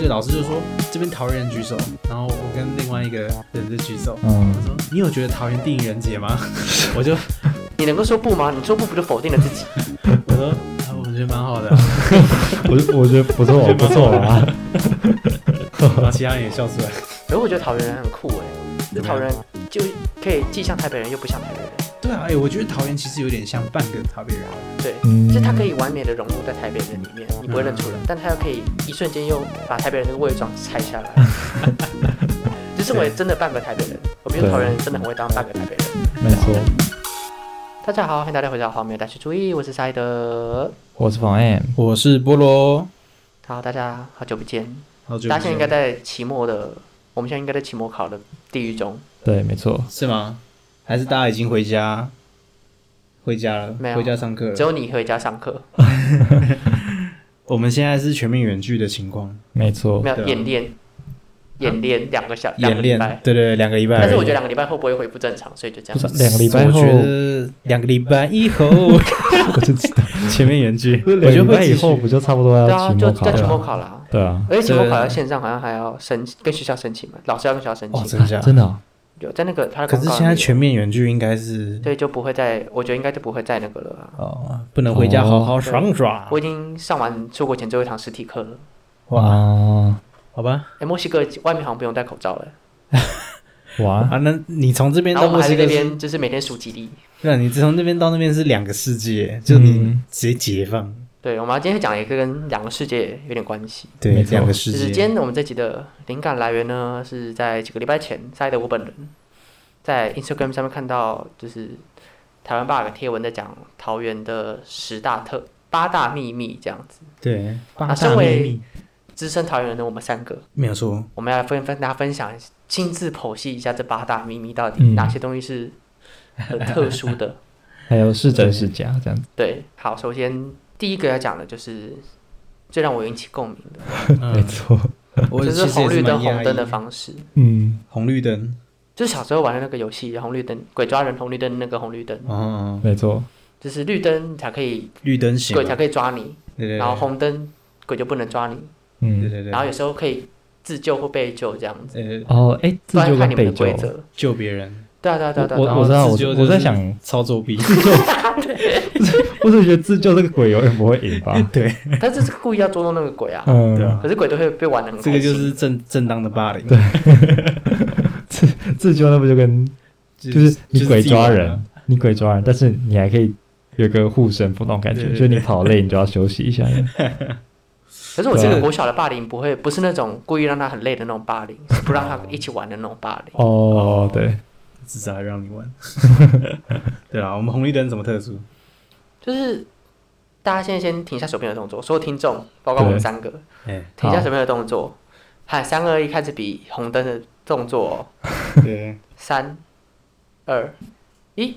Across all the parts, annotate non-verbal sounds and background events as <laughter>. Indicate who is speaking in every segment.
Speaker 1: 个老师就说这边桃园人举手，然后我跟另外一个人就举手，
Speaker 2: 嗯
Speaker 1: 他，说你有觉得桃园电影人节吗？ <laughs> 我就
Speaker 3: 你能够说不吗？你说不不就否定了自己？
Speaker 1: 我说啊，我觉得蛮好的啊、
Speaker 2: 我就我觉得不错，不错啊。
Speaker 1: 然后其他人也笑出来。
Speaker 3: 可是我觉得桃园人很酷哎、这桃园就可以既像台北人又不像台北人，
Speaker 1: 对啊，哎、我觉得桃园其实有点像半个台北人，
Speaker 3: 对，
Speaker 2: 嗯
Speaker 3: 就是他可以完美的融入在台北人里面，你不会认出来，但他又可以一瞬间又把台北人这个伪装拆下 <laughs> 来。就是我也真的半个台北人，我比如
Speaker 2: 对
Speaker 3: 桃园人真的很会当半个台北人。
Speaker 2: 没错，
Speaker 3: 大家好，欢迎大家回到荒谬大去注意，我是赛德。
Speaker 2: 我是方 M，
Speaker 1: 我是菠萝，
Speaker 3: 好，大家好久不见，
Speaker 1: 好久不见
Speaker 3: 大家现在应该在期末的，我们现在应该在期末考的地狱中。
Speaker 2: 对，没错，
Speaker 1: 是吗？还是大家已经回家，回家了
Speaker 3: 没，有
Speaker 1: 回家上课
Speaker 3: 只
Speaker 1: 了？
Speaker 3: 有你回家上课，
Speaker 1: 我们现在是全面远距的情况，
Speaker 2: 没错
Speaker 3: 没，有
Speaker 1: 对啊嗯
Speaker 3: 演练，演练两个小两个
Speaker 1: 演
Speaker 3: 礼
Speaker 1: 练哎
Speaker 3: 拜，，
Speaker 1: 对对，对两个礼拜而已。
Speaker 3: 但是我觉得两个礼拜会不会恢复正常，所以就这
Speaker 2: 不
Speaker 3: 样
Speaker 2: 是。两个礼拜
Speaker 1: 我
Speaker 2: 后，
Speaker 1: 觉得两个礼拜以后
Speaker 2: <laughs> 我就知道，
Speaker 1: 前面远距， <laughs> 我
Speaker 2: 两
Speaker 1: 觉
Speaker 2: 个
Speaker 1: 得
Speaker 2: 礼拜
Speaker 1: 会
Speaker 2: 以
Speaker 1: 继续
Speaker 2: 后不就差不多
Speaker 3: 对
Speaker 2: 要
Speaker 3: 啊，
Speaker 2: 期
Speaker 3: 就
Speaker 2: 末考
Speaker 3: 在期
Speaker 2: 了？
Speaker 3: 末考啦。
Speaker 2: 对啊，
Speaker 3: 而且期末
Speaker 1: 对
Speaker 3: 考要线上，好像还要申跟学校申请嘛，老师要跟学校申
Speaker 1: 哦，
Speaker 3: 请。
Speaker 1: 真的假的？
Speaker 2: 真的啊，
Speaker 3: 有在那个他的
Speaker 1: 可
Speaker 3: 公
Speaker 1: 是
Speaker 3: 告
Speaker 1: 现在
Speaker 3: 里面
Speaker 1: 全面远距应该是
Speaker 3: 对就不会再，我觉得应该就不会再那个了啊。
Speaker 1: 哦，不能回家好好爽爽。
Speaker 3: 我已经上完出国前最后一堂实体课了。
Speaker 1: <laughs> 哇，
Speaker 2: 哇
Speaker 1: 好吧，
Speaker 3: 哎，墨西哥外面好像不用戴口罩了，
Speaker 2: 哇，
Speaker 1: 啊，那你从这边
Speaker 3: 然后
Speaker 1: 到
Speaker 3: 我们
Speaker 1: 墨
Speaker 3: 还在
Speaker 1: 西
Speaker 3: 那
Speaker 1: 哥是，
Speaker 3: 边就是每天数几粒。
Speaker 1: 对，你从那边到那边是两个世界，就你
Speaker 2: 嗯
Speaker 1: 直接解放，
Speaker 3: 对，我们今天讲一个跟两个世界有点关系。
Speaker 1: 对，
Speaker 2: 没错
Speaker 1: 两个
Speaker 3: 就
Speaker 1: 世
Speaker 3: 是今
Speaker 1: 界。
Speaker 3: 天我们这集的灵感来源呢，是在几个礼拜前，塞德我本人在 Instagram 上面看到，就是台湾爸有个贴文在讲桃园的十大特八大秘密这样子。
Speaker 1: 对，八
Speaker 3: 身
Speaker 1: 大秘
Speaker 3: 为
Speaker 1: 密，
Speaker 3: 资深桃园人的我们三个，
Speaker 1: 没有
Speaker 2: <laughs>
Speaker 1: 错。
Speaker 3: 我们要分分大家分享，亲自剖析一下这八大秘密到底
Speaker 2: 嗯
Speaker 3: 哪些东西是很特殊的。
Speaker 1: <laughs>
Speaker 2: 还有是真是假这样子，
Speaker 3: 对，好，首先第一个要讲的就是最让我引起共鸣的，
Speaker 2: 没
Speaker 1: 嗯，
Speaker 2: 错，
Speaker 1: 我
Speaker 3: 就
Speaker 1: 其实
Speaker 3: 是
Speaker 1: 也
Speaker 3: 红绿灯
Speaker 1: 蛮压抑
Speaker 3: 红灯的方式。
Speaker 2: 嗯，
Speaker 1: 红绿灯，
Speaker 3: 就是小时候玩的那个游戏，红绿灯，鬼抓人，红绿灯那个红绿灯，
Speaker 1: 哦，
Speaker 2: 没错，
Speaker 3: 就是绿灯才可以，
Speaker 1: 绿灯行
Speaker 2: 啊
Speaker 3: 鬼才
Speaker 1: 嘛，
Speaker 3: 可以抓你，
Speaker 1: 对对
Speaker 3: 然后红灯鬼就不能抓你，
Speaker 1: 对
Speaker 2: 嗯，
Speaker 1: 对对
Speaker 3: 然，后有时候可以自救或被救这样子，
Speaker 1: 呃，
Speaker 2: 哦，哎，自
Speaker 3: 都在
Speaker 2: 救
Speaker 3: 看
Speaker 2: 跟
Speaker 3: 你们
Speaker 2: 被
Speaker 3: 的
Speaker 2: 救，
Speaker 3: 规则。
Speaker 1: 救别人，
Speaker 3: 对啊对啊对啊对啊
Speaker 2: 我
Speaker 3: 对啊，
Speaker 2: 我知道，我
Speaker 1: 自救就是
Speaker 2: 我在想，
Speaker 1: 超作弊，
Speaker 2: 我只觉得自救这个鬼永远不会赢吧？
Speaker 1: <laughs> 对，
Speaker 3: 但这是故意要捉弄那个鬼
Speaker 2: <laughs>
Speaker 3: 啊，
Speaker 2: 嗯，
Speaker 1: 对啊
Speaker 3: 可是鬼都会被玩的很
Speaker 1: 这
Speaker 3: 开
Speaker 1: 个
Speaker 3: 心。
Speaker 1: 就是正正当的霸凌，
Speaker 2: 自救那不就跟
Speaker 1: <laughs> 就
Speaker 2: 就是你
Speaker 1: 自
Speaker 2: 鬼抓，
Speaker 1: 己玩啊
Speaker 2: 人，你鬼抓人，但是你还可以有个护身符那种感觉，
Speaker 1: 对对
Speaker 2: 就是你跑累，你就要休息一下。
Speaker 3: 可是我这
Speaker 2: 对
Speaker 3: 个
Speaker 2: 啊
Speaker 3: 国小的霸凌不会，不是那种故意让他很累的那种霸凌，是不让他一起玩的那种霸凌。
Speaker 2: 哦，对，
Speaker 1: 至少还让你玩。 <laughs> 对啊，我们红绿灯怎么特殊？
Speaker 3: 就是大家现在先停下手边的动作，所有听众，包括我们三个，
Speaker 2: <laughs>
Speaker 1: 哎，
Speaker 3: 停下
Speaker 2: 好
Speaker 3: 手边的动作，喊三二一开始比红灯的动作、哦，
Speaker 1: 对，
Speaker 3: 三二一。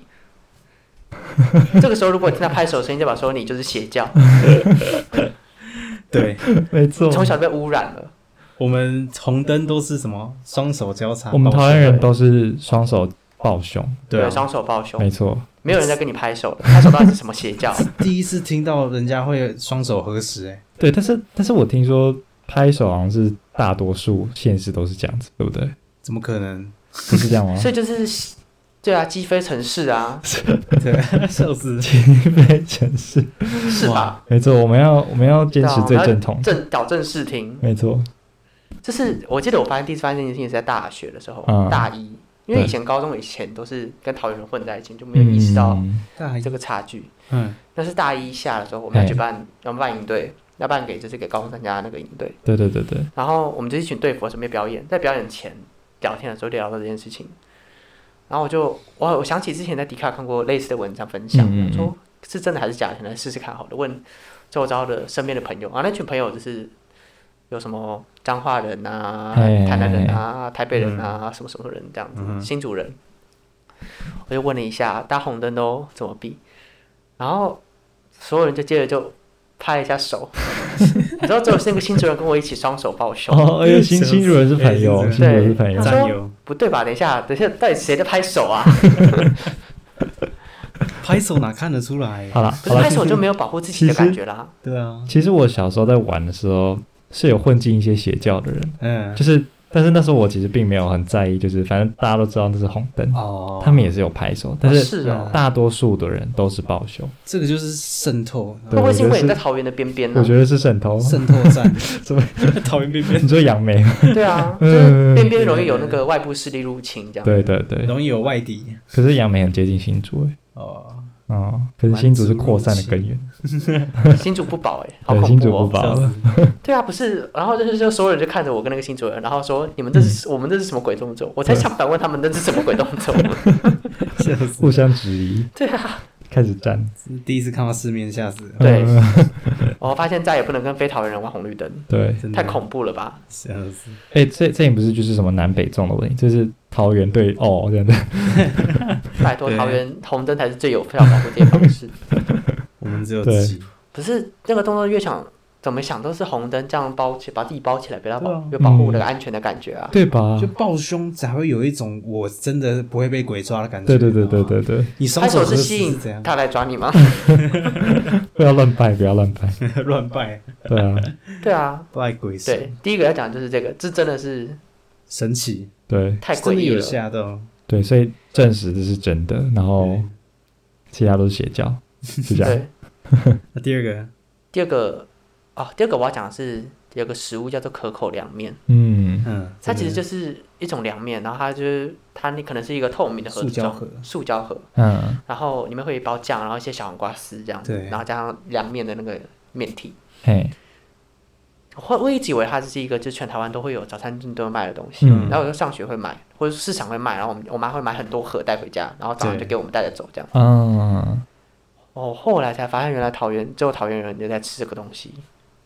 Speaker 3: 这个时候，如果听到拍手声音，就把说你就是邪教，
Speaker 1: 对，
Speaker 2: 没错，
Speaker 3: 从小就被污染了。
Speaker 1: 我们红灯都是什么？双手交叉。
Speaker 2: 我们
Speaker 1: 抱
Speaker 2: 台
Speaker 1: 拳
Speaker 2: 湾人都是双手抱胸，
Speaker 1: 对啊，
Speaker 3: 双手抱胸，
Speaker 2: 没错，
Speaker 3: 没有人在跟你拍手了，拍手到底是什么邪教？啊
Speaker 2: <laughs>
Speaker 1: 第一次听到人家会双手合十，哎，
Speaker 2: 对。但是但是我听说拍手好像是大多数县市都是这样子，对不对？
Speaker 1: 怎么可
Speaker 2: <laughs>
Speaker 1: 能？
Speaker 2: 不是这样吗？
Speaker 3: 所以 <laughs> 就是，对啊，鸡飞城市啊，
Speaker 1: 对，笑死！
Speaker 2: 非城市，
Speaker 3: 是吧？
Speaker 2: 没错，我们要我们要坚持最
Speaker 3: 对啊
Speaker 2: 正统，
Speaker 3: 正矫正视听，
Speaker 2: 没错，
Speaker 3: 就是我记得我发现第一次发现这件事情是在大学的时候，
Speaker 2: 嗯
Speaker 3: 大一，因为以
Speaker 2: 对
Speaker 3: 前高中以前都是跟桃园人混在一起，就没有意识到
Speaker 2: 嗯
Speaker 1: 大一
Speaker 3: 这，个差距。
Speaker 1: 嗯，
Speaker 3: 但是大一下的时候，我们要
Speaker 2: 嘿
Speaker 3: 举办要办营队，要办给就是给高中参加的那个营队，
Speaker 2: 对对对对，
Speaker 3: 然后我们就一群队服准备表演，在表演前聊天的时候聊到这件事情，然后我就我我想起之前在迪卡看过类似的文章分享，
Speaker 2: 嗯嗯嗯
Speaker 3: 说是真的还是假的，可能试试看好了。问周遭的身边的朋友啊，那群朋友就是有什么彰化人啊、
Speaker 2: 哎
Speaker 3: 台南人啊、台北人啊、什么什么人这样子，
Speaker 1: 嗯哼
Speaker 3: 新竹人。我就问了一下，搭红灯都怎么避，然后所有人就接着就拍一
Speaker 2: <laughs>
Speaker 3: 下手，你知道，只有那个新竹人跟我一起双手抱胸，
Speaker 2: 哦，哎呦，新新主人是朋友，
Speaker 1: 对
Speaker 2: 新主人是朋友
Speaker 3: 他，说
Speaker 1: 战友
Speaker 3: 不对吧？等一下，等一下，到底谁在拍手啊？
Speaker 1: 拍手哪看得出来？
Speaker 2: 好了 <laughs>
Speaker 3: 可
Speaker 2: 好了
Speaker 3: 是拍，手就没有保护自己的感觉啦。
Speaker 1: 对啊，
Speaker 2: 其实我小时候在玩的时候，是有混进一些邪教的人，
Speaker 1: 嗯
Speaker 2: 就，是但是那时候我其实并没有很在意，就是反正大家都知道那是红灯，
Speaker 1: 哦，
Speaker 2: 他们也是有拍手，但是
Speaker 3: 是哦，
Speaker 2: 大多数的人都是报修，
Speaker 1: 这个就是渗透，
Speaker 3: 会不会是因
Speaker 2: 我觉得
Speaker 3: 为你在
Speaker 2: 是
Speaker 3: 桃园的边边呢
Speaker 2: 我？觉得是渗透。
Speaker 1: 渗透
Speaker 2: <laughs>
Speaker 1: 战，
Speaker 2: 怎么
Speaker 1: <laughs> 讨厌被别人
Speaker 2: 你说杨
Speaker 3: <laughs>
Speaker 2: 梅？
Speaker 3: 对啊，
Speaker 2: <laughs>
Speaker 3: 就
Speaker 2: 嗯
Speaker 3: 是边边容易有那个外部势力入侵这样。
Speaker 2: 对对
Speaker 3: 嗯
Speaker 2: 对，
Speaker 1: 容易有外敌
Speaker 2: 可是杨梅很接近新竹哎、
Speaker 1: 哦，
Speaker 2: 哦，可是新竹是扩散的根源，
Speaker 3: 新竹不保哎，好
Speaker 2: 对，
Speaker 3: 恐
Speaker 2: 新竹
Speaker 3: 怖
Speaker 2: 不
Speaker 3: 哦。
Speaker 2: 保
Speaker 1: 这
Speaker 2: 了
Speaker 1: 样，子
Speaker 3: 对啊，不是，然后就是就所有人就看着我跟那个新主人，然后说你们这是、我们这是什么鬼动作？我才想反问他们那是什么鬼动作。
Speaker 1: 吓死
Speaker 2: 互相质疑，
Speaker 3: 对啊，
Speaker 2: 开始战。
Speaker 1: 第一次看到世面，吓死
Speaker 2: <laughs>
Speaker 1: 了，
Speaker 3: 对
Speaker 2: 嗯
Speaker 3: 我发现再也不能跟非桃园人玩红绿灯，
Speaker 2: 对，
Speaker 1: 真
Speaker 3: 太
Speaker 1: 的
Speaker 3: 恐怖了吧？
Speaker 1: 吓死，
Speaker 2: 哎、这这也不是就是什么南北中的问题，这是桃园对哦这样的，
Speaker 3: 拜托，
Speaker 1: 对
Speaker 3: 桃园红灯才是最有效保护自己的方式。
Speaker 1: <laughs> 我们只有
Speaker 2: 对
Speaker 1: 自己，
Speaker 3: 不是那个动作越想怎么想都是红灯，这样包起把自己包起来，不要
Speaker 1: 对
Speaker 3: 保
Speaker 1: 啊嗯
Speaker 3: 有保护那个安全的感觉啊。
Speaker 2: 对吧
Speaker 1: 就？抱胸才会有一种我真的不会被鬼抓的感觉，
Speaker 2: 对对对
Speaker 1: 你
Speaker 2: 对
Speaker 1: 知道吗，
Speaker 2: 对对，
Speaker 1: 你
Speaker 3: 拍
Speaker 1: 双
Speaker 3: 手
Speaker 1: 合
Speaker 3: 是
Speaker 1: 十
Speaker 3: 吸引
Speaker 1: 是这样 <laughs>
Speaker 3: 他来抓你吗？
Speaker 2: 不要乱拜，不要乱拜。
Speaker 1: 乱拜，
Speaker 2: 对啊，
Speaker 3: 对啊，
Speaker 1: 拜鬼神
Speaker 3: 对，第一个要讲就是这个，这真的是
Speaker 1: 神奇，
Speaker 2: 对
Speaker 3: 太诡
Speaker 1: 真的
Speaker 3: 异
Speaker 1: 有
Speaker 3: 了。
Speaker 1: 吓到，
Speaker 2: 对，所以证实这是真的，然后其他都是邪
Speaker 1: <laughs>
Speaker 2: 教，是这样。
Speaker 3: 对，
Speaker 1: 那第二个
Speaker 3: 第二个哦，第二个我要讲的是有个食物叫做可口凉面，
Speaker 2: 嗯，
Speaker 1: 嗯，
Speaker 3: 它其实
Speaker 1: 这个
Speaker 3: 就是一种凉面，然后它就是它那可能是一个透明的盒子
Speaker 1: 塑胶
Speaker 3: 装，
Speaker 1: 盒
Speaker 3: 塑胶盒，
Speaker 2: 嗯，
Speaker 3: 然后里面会有一包酱，然后一些小黄瓜丝这样子，
Speaker 1: 对
Speaker 3: 然后加上凉面的那个面体。
Speaker 2: 嘿，
Speaker 3: 我我一直以为它是一个，就是全台湾都会有早餐店都会卖的东西，
Speaker 2: 嗯
Speaker 3: 然后我就上学会买，或者市场会卖，然后我们我妈会买很多盒带回家，然后早上就
Speaker 1: 对
Speaker 3: 给我们带着走
Speaker 1: 嗯
Speaker 3: 这样。
Speaker 2: 啊，
Speaker 3: 哦，后来才发现原来桃园只有桃园人也在吃这个东西。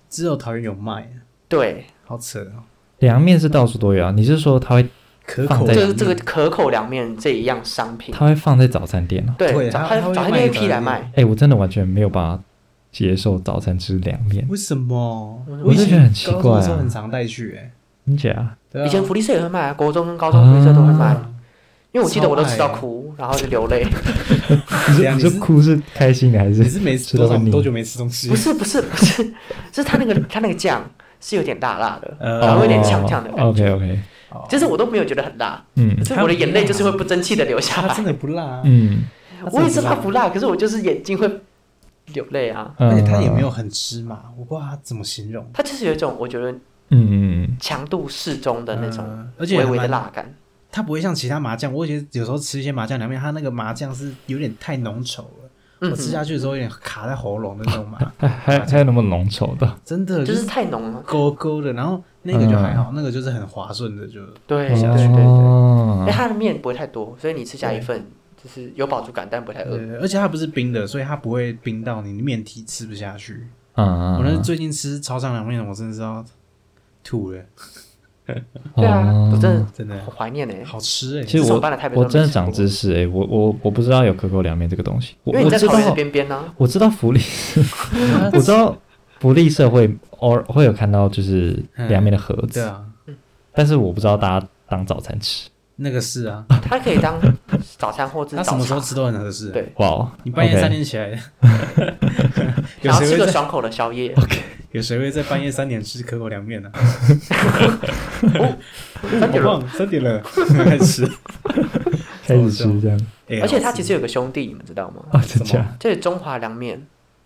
Speaker 1: 只有桃园有卖，啊
Speaker 3: 对，
Speaker 1: 好扯哦，
Speaker 2: 凉面是到处都有啊。你是说它会
Speaker 1: 可
Speaker 2: 放
Speaker 1: 口
Speaker 2: 在
Speaker 1: 哦凉
Speaker 3: 就是
Speaker 1: 面
Speaker 3: 这个可口凉面这一样商品，
Speaker 2: 它会放在早餐店啊？
Speaker 3: 对，
Speaker 1: 对
Speaker 3: 早
Speaker 1: 它
Speaker 3: 它
Speaker 1: 它会
Speaker 3: 早餐
Speaker 1: 卖
Speaker 3: 店
Speaker 1: 早
Speaker 3: 会批来
Speaker 1: 餐
Speaker 3: 卖，
Speaker 2: 哎、我真的完全没有办法接受早餐吃凉面，
Speaker 1: 为什么？
Speaker 3: 我
Speaker 1: 以
Speaker 2: 就
Speaker 1: 前
Speaker 2: 觉得很奇
Speaker 1: 高中
Speaker 2: 怪
Speaker 1: 的时候
Speaker 2: 啊
Speaker 1: 很常带去、欸，
Speaker 2: 真假？
Speaker 1: 对啊，
Speaker 3: 以前福利社也会卖，国中跟高中福利社都会卖，
Speaker 1: 啊
Speaker 3: 因为我记得我都吃到
Speaker 1: 超爱
Speaker 3: 哭，然后就流泪。
Speaker 2: 你
Speaker 1: 对啊
Speaker 2: 是你是
Speaker 1: 你是
Speaker 2: 哭是开心的还
Speaker 1: 你
Speaker 2: 是？
Speaker 1: 是没
Speaker 2: 吃
Speaker 1: 吃
Speaker 2: 到
Speaker 1: 多
Speaker 2: 会
Speaker 1: 少
Speaker 2: 腻
Speaker 1: 多久没吃东西
Speaker 3: 不？是不是不是， <laughs> 是它那个它那个酱是有点辣辣的，
Speaker 1: 呃
Speaker 2: 哦
Speaker 3: 然后哦有点呛呛的感
Speaker 2: OK
Speaker 3: 觉。
Speaker 2: OK，
Speaker 1: 哦
Speaker 3: 其实我都没有觉得很辣，
Speaker 2: 嗯
Speaker 3: 就是我的眼泪就是会不争气的流下
Speaker 1: 它真
Speaker 3: 来。
Speaker 1: 的不辣、啊，
Speaker 2: 嗯
Speaker 1: 它真的不辣
Speaker 3: 我也知道它不辣，可是我就是眼睛会流泪啊。
Speaker 2: 嗯，
Speaker 1: 而且它也没有很芝麻，我不知道它怎么形容，
Speaker 3: 它就是有一种我觉得
Speaker 2: 嗯，嗯嗯，
Speaker 3: 强度适中的那种
Speaker 1: 嗯而且
Speaker 3: 微微
Speaker 1: 还
Speaker 3: 的
Speaker 1: 蛮，
Speaker 3: 辣感。
Speaker 1: 它不会像其他麻酱，我以前有时候吃一些麻酱凉面，它那个麻酱是有点太浓稠了。
Speaker 3: 嗯
Speaker 1: 我吃
Speaker 3: 哼，
Speaker 1: 下去的时候有点卡在喉咙的那种麻，
Speaker 2: 还嗯还还有那么浓稠的，
Speaker 1: 真的就
Speaker 3: 就
Speaker 1: 是
Speaker 3: 是太浓了。
Speaker 1: 勾勾的，然后那个就还好，
Speaker 2: 嗯
Speaker 1: 那个就是很滑顺的，就
Speaker 3: 对对
Speaker 1: 吃下
Speaker 3: 对哎
Speaker 1: 去
Speaker 3: 对，
Speaker 2: 哦
Speaker 3: 因为它的面不会太多，所以你吃下一
Speaker 1: 对
Speaker 3: 份就是有饱足感，但不太饿。
Speaker 1: 呃，而且它不是冰的，所以它不会冰到你面体吃不下去。
Speaker 2: 啊，
Speaker 1: 我那最近吃超商凉面，我真的是要吐了，
Speaker 2: 哦
Speaker 3: 对啊，
Speaker 1: 哦
Speaker 3: 我真的
Speaker 1: 真的
Speaker 3: 好怀念呢。欸
Speaker 1: 好吃哎、
Speaker 2: 其实
Speaker 3: 自从
Speaker 2: 我
Speaker 3: 搬来台北
Speaker 2: 我
Speaker 3: 都没吃过
Speaker 2: 真的长知识哎、我我我不知道有可口凉面这个东西，我
Speaker 3: 因为
Speaker 2: 我
Speaker 3: 你在
Speaker 2: 知
Speaker 3: 桃园的
Speaker 2: 道
Speaker 3: 边边啊呢，
Speaker 2: 我知道
Speaker 3: <laughs>
Speaker 2: 福利，我知道福利社会偶尔会有看到就是凉面的盒
Speaker 1: 嗯对
Speaker 2: 子，
Speaker 1: 啊，
Speaker 2: 但是我不知道大家当早餐吃，
Speaker 1: 那个是啊，
Speaker 3: 它可以当早餐
Speaker 1: <laughs>
Speaker 3: 或者
Speaker 1: 它
Speaker 3: 是
Speaker 1: 什
Speaker 3: 早
Speaker 1: 么时候
Speaker 3: 茶，
Speaker 1: 吃都很合适。啊
Speaker 3: 对
Speaker 2: 哇哦，
Speaker 1: 你半夜
Speaker 2: OK
Speaker 1: 三点起 <laughs> 来，有
Speaker 3: 然后吃
Speaker 1: 谁会
Speaker 3: 个
Speaker 1: 在
Speaker 3: 爽口的
Speaker 1: <laughs>
Speaker 3: 宵夜。
Speaker 1: 有谁会在半夜三点吃可口凉面
Speaker 3: <laughs>
Speaker 1: 呢？
Speaker 3: 哦三点了
Speaker 1: 好棒，三点了， <laughs> 开始吃。
Speaker 2: 开始吃这样
Speaker 1: 哎
Speaker 3: 而且它
Speaker 1: 好吃
Speaker 3: 其实有个兄弟，你们知道吗？
Speaker 2: 啊，真假？
Speaker 3: 就是中华凉面，